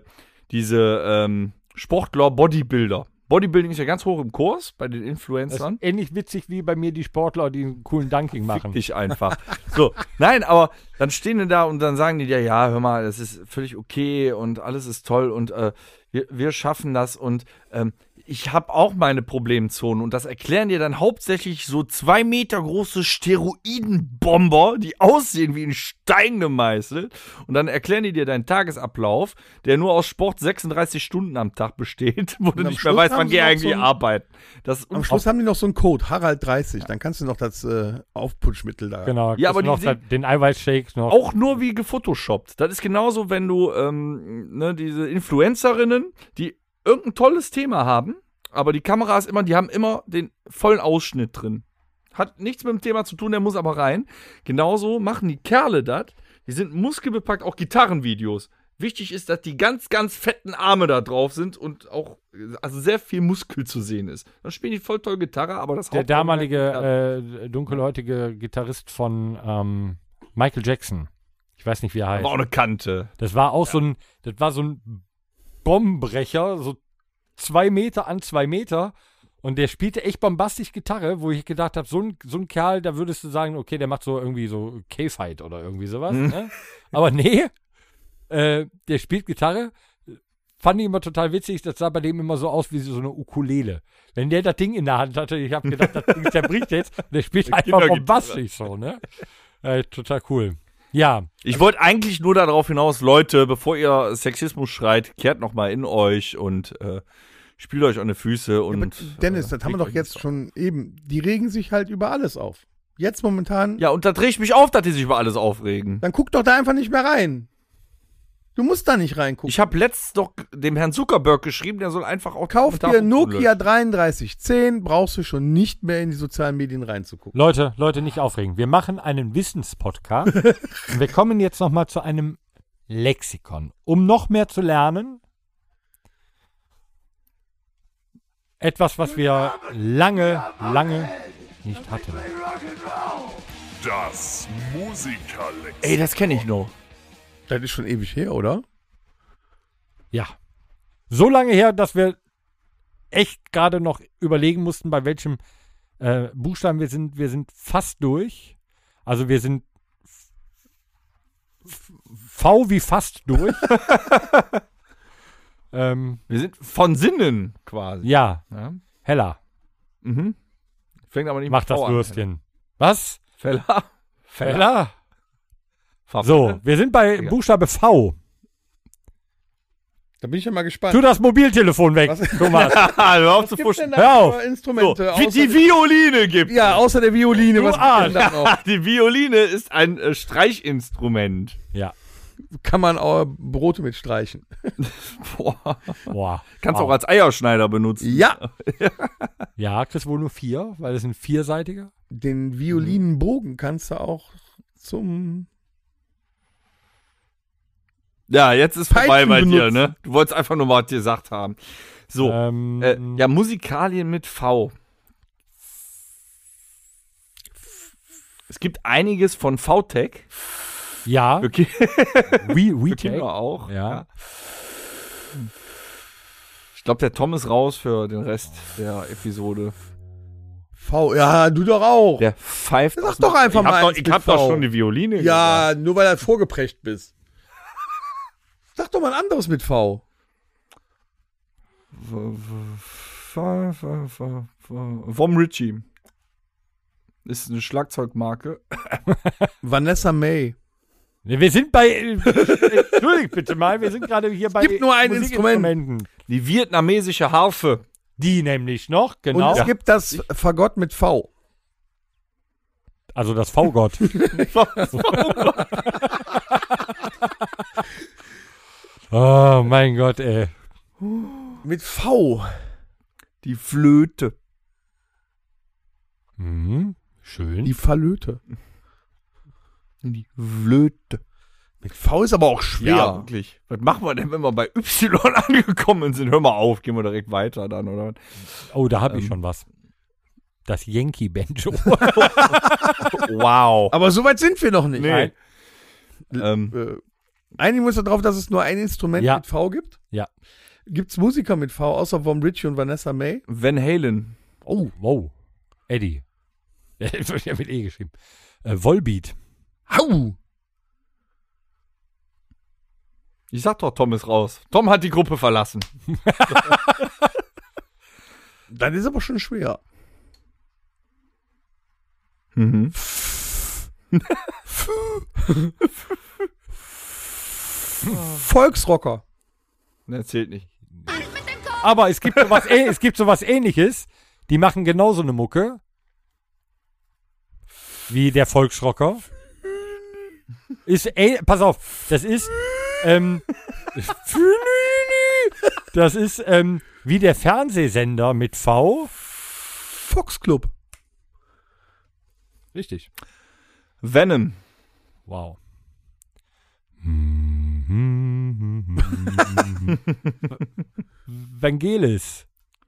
Speaker 3: diese ähm, Sportler, Bodybuilder. Bodybuilding ist ja ganz hoch im Kurs bei den
Speaker 4: Das
Speaker 3: Influencern.
Speaker 4: ist ähnlich witzig wie bei mir die Sportler, die einen coolen Dunking
Speaker 3: Fick
Speaker 4: machen.
Speaker 3: dich einfach. So, nein, aber dann stehen die da und dann sagen die dir, ja, hör mal, das ist völlig okay und alles ist toll und äh, wir, wir schaffen das und ähm, ich habe auch meine Problemzonen und das erklären dir dann hauptsächlich so zwei Meter große Steroidenbomber, die aussehen wie ein Stein gemeißelt und dann erklären die dir deinen Tagesablauf, der nur aus Sport 36 Stunden am Tag besteht, [LAUGHS] wo du
Speaker 2: am
Speaker 3: nicht mehr
Speaker 2: Schluss
Speaker 3: weißt,
Speaker 2: haben
Speaker 3: wann
Speaker 2: sie
Speaker 3: geh
Speaker 2: noch
Speaker 3: eigentlich
Speaker 2: so ein-
Speaker 3: arbeiten. Das ist
Speaker 2: Am Schluss haben die noch so einen Code, Harald 30, dann kannst du noch das äh, Aufputschmittel da.
Speaker 4: Genau.
Speaker 3: Ja, aber
Speaker 4: kriegst noch
Speaker 3: die-
Speaker 4: das- den Eiweißshake noch.
Speaker 3: auch nur wie gefotoshoppt. Das ist genauso, wenn du ähm, ne, diese Influencerinnen, die irgendein tolles Thema haben, aber die Kamera ist immer, die haben immer den vollen Ausschnitt drin. Hat nichts mit dem Thema zu tun, der muss aber rein. Genauso machen die Kerle das. Die sind muskelbepackt, auch Gitarrenvideos. Wichtig ist, dass die ganz, ganz fetten Arme da drauf sind und auch äh, also sehr viel Muskel zu sehen ist. Dann spielen die voll toll Gitarre, aber das
Speaker 4: der
Speaker 3: Hauptaugenmerk-
Speaker 4: damalige äh, dunkelhäutige Gitarrist von ähm, Michael Jackson. Ich weiß nicht, wie er heißt.
Speaker 3: war auch eine Kante.
Speaker 4: Das war auch so ein, das war so ein Bombenbrecher, so zwei Meter an zwei Meter. Und der spielte echt bombastisch Gitarre, wo ich gedacht habe, so ein, so ein Kerl, da würdest du sagen, okay, der macht so irgendwie so K-Fight oder irgendwie sowas. Ne? Aber nee, Äh, der spielt Gitarre. Fand ich immer total witzig, das sah bei dem immer so aus wie so eine Ukulele. Wenn der das Ding in der Hand hatte, ich habe gedacht, das Ding zerbricht jetzt. Und der spielt einfach bombastisch so, ne? Äh, total cool. Ja,
Speaker 3: Ich wollte eigentlich nur darauf hinaus, Leute, bevor ihr Sexismus schreit, kehrt nochmal in euch und äh, spielt euch an die Füße und.
Speaker 2: Dennis,
Speaker 3: äh,
Speaker 2: das haben wir doch jetzt schon eben. Die regen sich halt über alles auf. Jetzt momentan.
Speaker 3: Ja, und da drehe ich mich auf, dass die sich über alles aufregen.
Speaker 2: Dann guck doch da einfach nicht mehr rein. Du musst da nicht reingucken.
Speaker 3: Ich habe letztens doch dem Herrn Zuckerberg geschrieben, der soll einfach auch.
Speaker 2: Kauf dir
Speaker 3: Kommentare
Speaker 2: Nokia 3310, brauchst du schon nicht mehr in die sozialen Medien reinzugucken.
Speaker 4: Leute, Leute, nicht aufregen. Wir machen einen Wissenspodcast. und wir kommen jetzt nochmal zu einem Lexikon. Um noch mehr zu lernen, etwas, was wir lange, lange nicht hatten.
Speaker 1: Das Musikerlex.
Speaker 3: Ey, das kenne ich noch.
Speaker 2: Das ist schon ewig her, oder?
Speaker 4: Ja. So lange her, dass wir echt gerade noch überlegen mussten, bei welchem äh, Buchstaben wir sind. Wir sind fast durch. Also wir sind f- f- V wie fast
Speaker 3: [LAUGHS]
Speaker 4: durch. ähm,
Speaker 3: Wir sind von Sinnen quasi.
Speaker 4: ja,
Speaker 3: Ja.
Speaker 4: Hella,
Speaker 3: Mhm. Fängt aber nicht
Speaker 4: mach
Speaker 3: mit
Speaker 4: das
Speaker 3: V an. [LAUGHS]
Speaker 4: Würstchen. Was?
Speaker 3: Feller.
Speaker 4: Hella? So,
Speaker 3: So.
Speaker 4: wir sind bei
Speaker 3: Egal.
Speaker 4: Buchstabe V.
Speaker 2: Da bin ich ja mal
Speaker 4: Tu
Speaker 2: gespannt.
Speaker 4: das Mobiltelefon weg,
Speaker 2: Was-
Speaker 4: Thomas.
Speaker 3: [LAUGHS] [LAUGHS] Hör auf zu
Speaker 2: Gibt's
Speaker 3: fuschen.
Speaker 2: da
Speaker 4: Hör
Speaker 2: noch
Speaker 4: auf.
Speaker 2: Instrumente?
Speaker 3: Wie die Violine gibt.
Speaker 2: ja, außer der Violine.
Speaker 4: Du
Speaker 2: Was gibt's denn
Speaker 3: [LAUGHS]
Speaker 2: da noch?
Speaker 3: Die Violine ist ein äh, Streichinstrument.
Speaker 4: ja.
Speaker 2: Kann man auch Brote mit streichen.
Speaker 3: Boah.
Speaker 4: Boah.
Speaker 3: Kannst
Speaker 4: Wow.
Speaker 3: auch als Eierschneider benutzen.
Speaker 2: Ja,
Speaker 4: Ja, kriegst wohl nur vier, weil es ein vierseitiger.
Speaker 2: den Violinenbogen kannst du auch zum...
Speaker 3: Ja, jetzt ist vorbei
Speaker 2: Peitschen
Speaker 3: bei dir,
Speaker 2: benutzen.
Speaker 3: ne? Du wolltest einfach nur mal was gesagt haben. So.
Speaker 4: Ähm,
Speaker 3: Äh, ja, Musikalien mit V. Es gibt einiges von VTech.
Speaker 4: ja.
Speaker 3: Für, Ki
Speaker 4: We, we
Speaker 3: für Kinder auch.
Speaker 4: Ja.
Speaker 3: Ich glaube, der Tom ist raus für den Rest der Episode.
Speaker 2: V, ja, du doch auch.
Speaker 3: Der pfeift.
Speaker 2: Sag
Speaker 3: aus-
Speaker 2: doch einfach
Speaker 3: ich
Speaker 2: mal
Speaker 3: hab doch,
Speaker 2: eins
Speaker 3: Ich
Speaker 2: mit
Speaker 3: hab doch
Speaker 2: V.
Speaker 3: schon die Violine gesagt.
Speaker 2: Ja, nur weil du vorgeprägt bist. Sag doch mal ein anderes mit V.
Speaker 3: V- V- V- V- Vom Ritchie. Ist eine Schlagzeugmarke.
Speaker 2: Vanessa May.
Speaker 4: Nee, Wir sind bei. äh, Entschuldigt bitte mal, wir sind gerade hier bei.
Speaker 2: gibt nur ein
Speaker 4: Musikinstrumenten.
Speaker 3: Die vietnamesische Harfe.
Speaker 4: Die nämlich noch,
Speaker 2: Und
Speaker 4: genau.
Speaker 2: es gibt das Fagott mit V.
Speaker 4: Also das
Speaker 2: [LAUGHS]
Speaker 4: V-Gott. [LAUGHS] oh mein Gott, ey.
Speaker 2: Mit V.
Speaker 3: Die Flöte.
Speaker 4: Mhm. Schön.
Speaker 2: Die Verlöte.
Speaker 3: Die Flöte.
Speaker 2: Mit V ist aber auch schwer.
Speaker 3: Ja, wirklich. Was machen wir denn, wenn wir bei Y [LAUGHS] angekommen sind? Hör mal auf, gehen wir direkt weiter dann, oder?
Speaker 4: Oh, da
Speaker 2: Ähm.
Speaker 4: habe ich schon was. Das Yankee-Banjo. [LAUGHS]
Speaker 3: Wow.
Speaker 2: Aber so weit sind wir noch nicht.
Speaker 3: [LAUGHS] Nee. Ähm,
Speaker 2: Äh, einigen wir uns darauf, dass es nur ein Instrument
Speaker 4: Ja.
Speaker 2: mit V gibt.
Speaker 4: Ja.
Speaker 2: Gibt es Musiker mit V, außer vom Richie und Vanessa May?
Speaker 3: Van Halen.
Speaker 4: oh, wow. Eddie. [LAUGHS] Der wird ja mit E geschrieben. Äh, Volbeat.
Speaker 2: Hau!
Speaker 3: Ich sag doch, Tom ist raus. Tom hat die Gruppe verlassen.
Speaker 2: Dann ist aber schon schwer.
Speaker 3: Mhm.
Speaker 2: [LAUGHS] Volksrocker.
Speaker 3: Der zählt nicht.
Speaker 4: Aber es gibt
Speaker 3: [LAUGHS]
Speaker 4: sowas, äh, es gibt sowas ähnliches. Die machen genauso eine Mucke. Wie der Volksrocker. Ist, äh, pass auf, das ist, ähm, [LAUGHS] das ist, ähm, wie der Fernsehsender mit V.
Speaker 2: Fox Club.
Speaker 3: Richtig. Venom. [LAUGHS]
Speaker 4: Wow. Vangelis.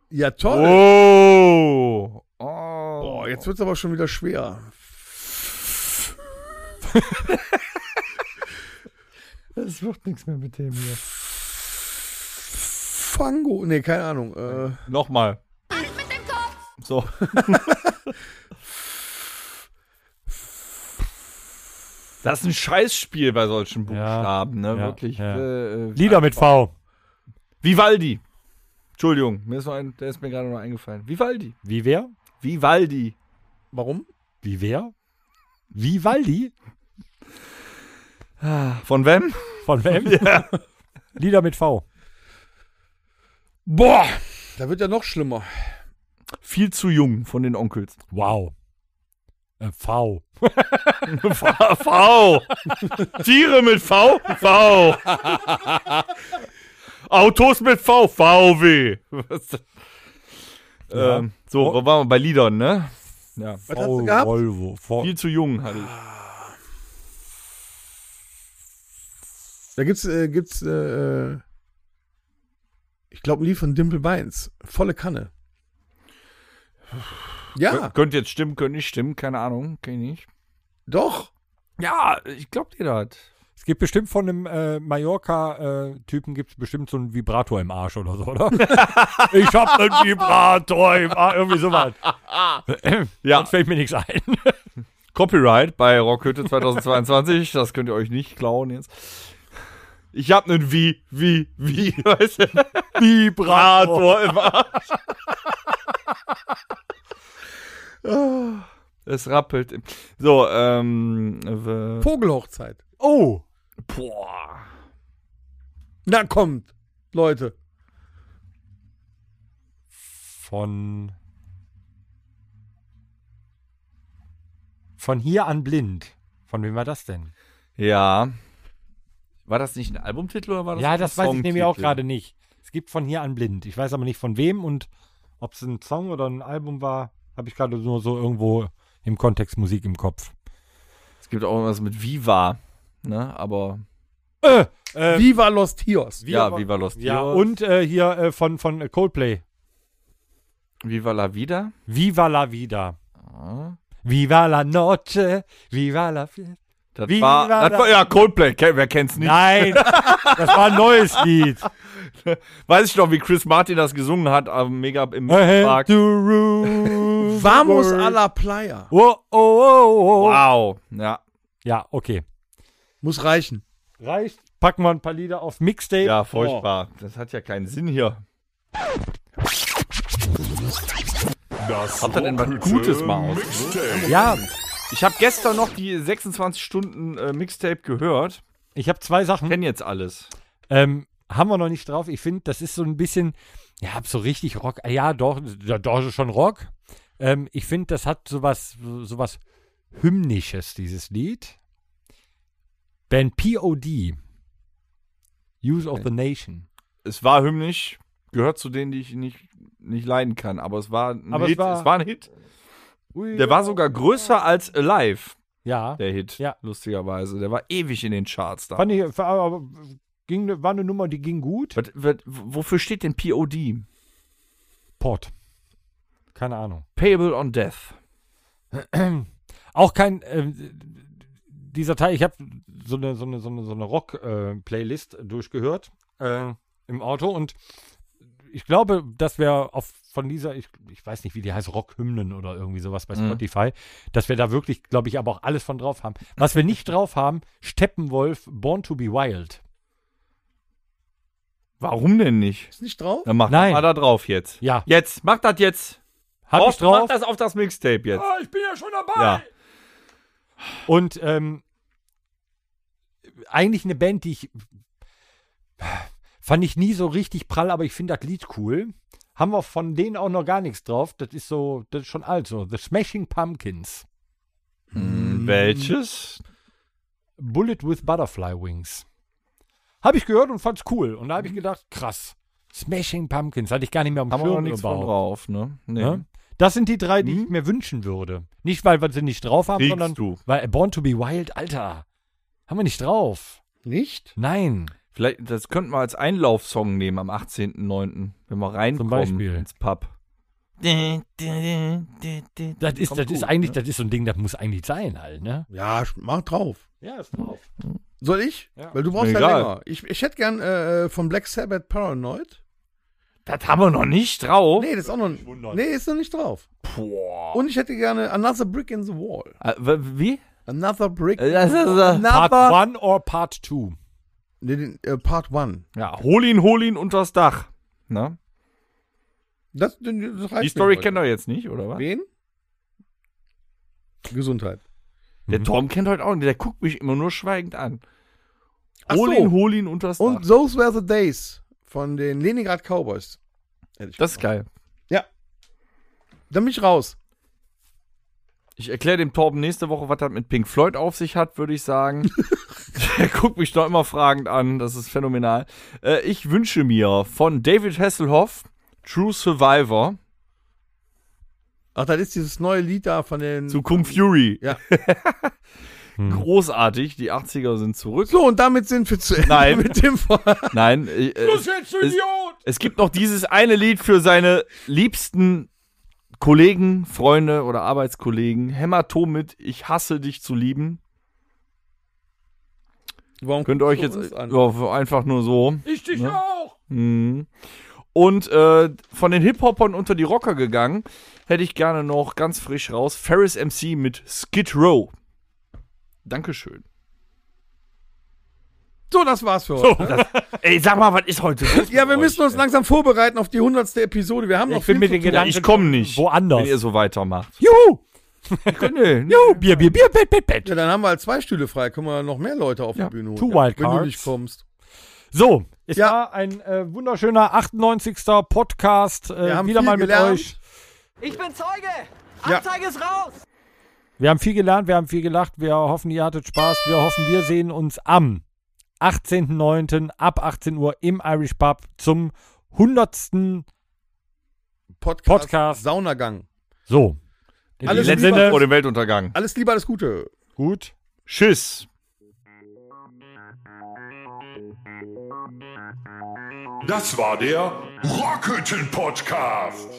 Speaker 2: Ja, toll.
Speaker 3: Oh. oh.
Speaker 2: Oh. Boah, jetzt wird es aber schon wieder schwer.
Speaker 3: Es wird nichts mehr mit dem hier.
Speaker 2: Fango. Nee, keine Ahnung. Äh,
Speaker 3: Nochmal. So. [LAUGHS] Das ist ein Scheißspiel bei solchen
Speaker 4: Ja.
Speaker 3: Buchstaben, ne?
Speaker 4: Ja.
Speaker 3: Wirklich.
Speaker 4: Ja.
Speaker 3: äh, äh,
Speaker 4: Lieder mit V.
Speaker 3: Vivaldi. Entschuldigung, mir ist noch ein, der ist mir gerade noch eingefallen. Vivaldi.
Speaker 4: Wie wer?
Speaker 3: Vivaldi.
Speaker 2: Warum?
Speaker 4: Wie wer? Vivaldi?
Speaker 3: Von wem?
Speaker 4: Von [LAUGHS] wem? Lieder mit V.
Speaker 3: Boah!
Speaker 2: Da wird ja noch schlimmer.
Speaker 3: Viel zu jung von den Onkels.
Speaker 4: Wow. Äh, v.
Speaker 3: [LAUGHS] V. v. Tiere mit V. V. Autos mit V. [LAUGHS] VW. Was ist das?
Speaker 4: Ja.
Speaker 3: Ähm, so, wo waren wir? Bei Liedern, ne? Ja.
Speaker 2: Was hast du gehabt?
Speaker 4: Volvo. V.
Speaker 3: Viel zu jung hatte ich.
Speaker 2: Da gibt's, äh, gibt's, äh, ich glaube, ein Lied von Dimple Beins. Volle Kanne. Ja,
Speaker 3: Kön könnte jetzt stimmen, könnte nicht stimmen, keine Ahnung, kenne ich nicht.
Speaker 2: doch.
Speaker 3: Ja, ich glaube dir das.
Speaker 4: Es gibt bestimmt von einem äh, Mallorca-Typen gibt's bestimmt so einen Vibrator im Arsch oder so, oder? [LAUGHS] ich hab einen Vibrator im Arsch. Irgendwie sowas.
Speaker 3: Ja.
Speaker 4: [CLEARS THROAT] Sonst fällt mir nichts [LAUGHS] ein.
Speaker 3: Copyright bei
Speaker 4: [LAUGHS]
Speaker 3: Rockhütte 2022. das könnt ihr euch nicht klauen jetzt. Ich hab nen Wie, Wie, Wie, weißt du? Vibrator im Arsch. Ah, es rappelt. im- So, ähm. w-
Speaker 2: Vogelhochzeit.
Speaker 4: Oh.
Speaker 3: Boah.
Speaker 2: Na kommt, Leute.
Speaker 4: Von. Von hier an blind. Von wem war das denn?
Speaker 3: Ja. War das nicht ein Albumtitel oder war das
Speaker 4: ja,
Speaker 3: ein
Speaker 4: das weiß ich nämlich auch
Speaker 3: Songtitel?
Speaker 4: gerade nicht. Es gibt von hier an blind. Ich weiß aber nicht von wem und ob es ein Song oder ein Album war, habe ich gerade nur so irgendwo im Kontext Musik im Kopf.
Speaker 3: Es gibt auch irgendwas mit Viva. Ne, aber.
Speaker 4: Äh,
Speaker 2: Viva Los Tios.
Speaker 3: ja, Viva Los
Speaker 4: Ja,
Speaker 3: Tios.
Speaker 4: und äh, hier äh, von, von Coldplay.
Speaker 3: Viva la Vida.
Speaker 4: Viva la vida.
Speaker 3: Ah.
Speaker 4: Viva la noche. Viva la fiesta.
Speaker 3: Das
Speaker 4: Wie
Speaker 3: war,
Speaker 4: war
Speaker 3: das
Speaker 4: das?
Speaker 3: war ja Coldplay, Ke- wer kennt's nicht?
Speaker 4: [LAUGHS] Nein, das war ein neues Lied.
Speaker 3: Weiß ich noch, wie Chris Martin das gesungen hat am Mega im Park.
Speaker 2: Vamos a la Playa.
Speaker 4: Oh, oh, oh, oh.
Speaker 3: Wow. Ja,
Speaker 4: Ja, okay.
Speaker 2: Muss reichen.
Speaker 4: Reicht. Packen wir ein paar Lieder auf Mixtape.
Speaker 3: ja, furchtbar. Das hat ja keinen Sinn hier.
Speaker 1: Das
Speaker 3: Habt ihr denn was
Speaker 1: Rockhütte
Speaker 3: Gutes mal aus-
Speaker 1: Mixtape.
Speaker 4: Ja,
Speaker 3: Ich habe gestern noch die 26 Stunden äh, Mixtape gehört.
Speaker 4: ich habe zwei Sachen.
Speaker 3: Kenn jetzt alles.
Speaker 4: Ähm, haben wir noch nicht drauf. Ich finde, das ist so ein bisschen, ja, so richtig Rock. Ja, doch, ja, doch ist schon Rock. Ähm, ich finde, das hat sowas, sowas Hymnisches, dieses Lied. Band POD. Use of the Nation.
Speaker 3: Es war hymnisch, gehört zu denen, die ich nicht, nicht leiden kann, aber es war ein
Speaker 4: Aber es
Speaker 3: Hit.
Speaker 4: war-
Speaker 3: es war ein Hit. Der war sogar größer als Alive,
Speaker 4: Ja.
Speaker 3: der Hit.
Speaker 4: Ja.
Speaker 3: Lustigerweise. Der war ewig in den Charts da.
Speaker 4: Fand ich, war, aber ging, ne- war eine Nummer, die ging gut.
Speaker 3: Was- was- wofür steht denn POD?
Speaker 4: Port. Keine Ahnung.
Speaker 3: Payable on Death.
Speaker 4: [CLEARS THROAT] Auch kein, ähm, dieser Teil, ich habe so eine, so eine, so eine, so eine Rock-Playlist durchgehört äh, im Auto und ich glaube, dass wir auf, von dieser, ich, ich weiß nicht, wie die heißt, Rockhymnen oder irgendwie sowas bei
Speaker 3: Mhm.
Speaker 4: Spotify, dass wir da wirklich, glaube ich, aber auch alles von drauf haben. Was wir nicht drauf haben, Steppenwolf, Born to be Wild.
Speaker 3: Warum denn nicht?
Speaker 2: Ist nicht drauf?
Speaker 3: Dann mach
Speaker 4: Nein.
Speaker 3: das mal da drauf jetzt.
Speaker 4: Ja,
Speaker 3: Jetzt, mach das jetzt.
Speaker 4: hab ich
Speaker 3: Auf-
Speaker 4: drauf.
Speaker 3: Mach das auf das Mixtape jetzt.
Speaker 4: Ah, ich bin ja schon dabei.
Speaker 3: Ja.
Speaker 4: Und ähm, eigentlich eine Band, die ich fand ich nie so richtig prall, aber ich finde das Lied cool. Haben wir von denen auch noch gar nichts drauf. Das ist so, das ist schon alt so. The Smashing Pumpkins.
Speaker 3: Hm. Welches?
Speaker 4: Bullet with Butterfly Wings. Habe ich gehört und fand's cool. Und da habe ich gedacht, krass. Smashing Pumpkins hatte ich gar nicht mehr am
Speaker 3: Mhm. Haben wir noch
Speaker 4: Schirm
Speaker 3: nichts von
Speaker 4: überhaupt.
Speaker 3: drauf, ne? Nee.
Speaker 4: Ne? Das sind die drei, die
Speaker 3: Mhm.
Speaker 4: ich mir wünschen würde. Nicht, weil wir sie nicht drauf haben,
Speaker 3: Kriegst
Speaker 4: sondern
Speaker 3: du.
Speaker 4: weil Born to be Wild, Alter, haben wir nicht drauf.
Speaker 2: Nicht?
Speaker 4: Nein.
Speaker 3: Vielleicht, das könnten wir als Einlaufsong nehmen am 18.09., wenn wir reinkommen
Speaker 4: Beispiel.
Speaker 3: ins Pub.
Speaker 4: Das ist,
Speaker 3: Kommt
Speaker 4: das ist
Speaker 3: gut,
Speaker 4: eigentlich,
Speaker 3: ne?
Speaker 4: das ist so ein Ding, das muss eigentlich sein halt, ne?
Speaker 2: Ja, mach drauf.
Speaker 4: Ja, ist drauf.
Speaker 2: Soll ich?
Speaker 4: Ja.
Speaker 2: Weil du brauchst
Speaker 3: Mir
Speaker 2: ja
Speaker 3: egal.
Speaker 2: länger. Ich, ich hätte gern äh, von Black Sabbath Paranoid.
Speaker 3: Das haben wir noch nicht drauf.
Speaker 2: Nee, das ist auch noch. Nee, ist noch nicht drauf.
Speaker 3: Boah.
Speaker 2: Und ich hätte gerne Another Brick in the Wall.
Speaker 3: Äh, w- wie?
Speaker 2: Another Brick.
Speaker 3: Das ist, äh,
Speaker 4: Part
Speaker 2: Another.
Speaker 4: 1 or Part 2?
Speaker 2: Nee, den, äh, Part 1.
Speaker 3: ja, hol ihn, hol ihn unters Dach. Na?
Speaker 2: Das, den- das reicht
Speaker 3: Die Story
Speaker 2: mir heute.
Speaker 3: kennt er jetzt nicht, oder was?
Speaker 2: Wen? Gesundheit. Mhm.
Speaker 3: Der Tom kennt heute auch nicht. Der guckt mich immer nur schweigend an.
Speaker 2: Ach
Speaker 3: Hol
Speaker 2: so.
Speaker 3: ihn, hol ihn unters
Speaker 2: Und
Speaker 3: Dach.
Speaker 2: Those Were the Days von den Leningrad Cowboys. Hätte ich
Speaker 3: Das ist
Speaker 2: gesagt.
Speaker 3: geil.
Speaker 2: Dann bin ich raus.
Speaker 3: Ich erkläre dem Torben nächste Woche, was das mit Pink Floyd auf sich hat, würde ich
Speaker 2: [LAUGHS]
Speaker 3: sagen. Der guckt mich doch immer fragend an. Das ist phänomenal. Äh, ich wünsche mir von David Hasselhoff True Survivor
Speaker 2: Ach, das ist dieses neue Lied da von den.
Speaker 3: zu Kung Fury.
Speaker 2: Ja.
Speaker 3: [LAUGHS] Großartig. Die 80er sind zurück.
Speaker 2: So, und damit sind wir zu Ende
Speaker 3: Nein.
Speaker 2: [LAUGHS] mit dem Vor-
Speaker 3: Nein. Äh, äh,
Speaker 4: jetzt,
Speaker 3: du Es gibt noch dieses eine Lied für seine liebsten Kollegen, Freunde oder Arbeitskollegen. Hämatom mit Ich hasse dich zu lieben.
Speaker 2: Warum
Speaker 3: Könnt ihr euch jetzt
Speaker 2: an?
Speaker 3: ja, einfach nur so. ne?
Speaker 4: Ich dich auch!
Speaker 3: Mhm. Und äh, von den Hip-Hopern unter die Rocker gegangen, hätte ich gerne noch ganz frisch raus Ferris MC mit Skid Row. Dankeschön.
Speaker 2: So, das war's für heute.
Speaker 3: Ey, sag mal, was ist heute los?
Speaker 2: Ja, wir müssen uns langsam vorbereiten auf die 100. Episode. Wir haben noch
Speaker 4: Ich bin
Speaker 2: viel
Speaker 4: mit
Speaker 2: zu
Speaker 4: den
Speaker 2: tun.
Speaker 4: Gedanken
Speaker 3: ich komme nicht, wenn
Speaker 4: woanders.
Speaker 3: ihr so weitermacht.
Speaker 4: Juhu!
Speaker 3: Nee, nee.
Speaker 4: Juhu! Bier, Bier, Bier, Bett, Bett, Bett.
Speaker 2: Ja, dann haben wir halt zwei Stühle frei. Können wir noch mehr Leute auf
Speaker 4: Ja,
Speaker 2: die Bühne holen.
Speaker 4: two
Speaker 2: wenn du
Speaker 4: Wildcards.
Speaker 2: nicht kommst.
Speaker 4: So, es
Speaker 2: Ja.
Speaker 4: war ein äh, wunderschöner 98. Podcast. Äh,
Speaker 2: Wir haben
Speaker 4: wieder
Speaker 2: viel
Speaker 4: mal mit
Speaker 2: gelernt.
Speaker 4: euch.
Speaker 8: Ich bin Zeuge!
Speaker 2: Ja.
Speaker 8: Anzeige ist raus!
Speaker 4: Wir haben viel gelernt, wir haben viel gelacht, wir hoffen, ihr hattet Spaß, wir hoffen, wir sehen uns am 18.09. ab 18 Uhr im Irish Pub zum 100.
Speaker 2: Podcast,
Speaker 4: Podcast.
Speaker 2: Saunagang.
Speaker 4: So. In
Speaker 2: Alles
Speaker 4: diesem
Speaker 2: Liebe.
Speaker 4: Sinne,
Speaker 3: Vor dem Weltuntergang.
Speaker 2: Alles Liebe, alles Gute.
Speaker 4: gut.
Speaker 3: Tschüss.
Speaker 1: Das war der Rockhütten Podcast.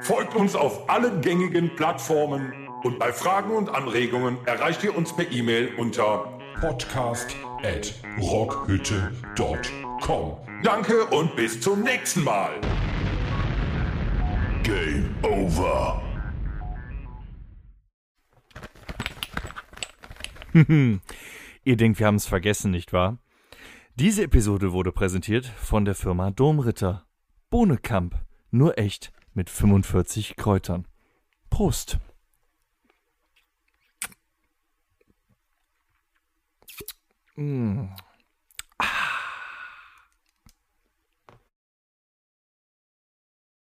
Speaker 1: Folgt uns auf allen gängigen Plattformen und bei Fragen und Anregungen erreicht ihr uns per E-Mail unter podcast@rockhütte.com. Danke und bis zum nächsten Mal. Game over.
Speaker 3: Ihr denkt, wir haben es vergessen, nicht wahr? Diese Episode wurde präsentiert von der Firma Domritter. Bohnekamp, nur echt mit 45 Kräutern. Prost! Mm.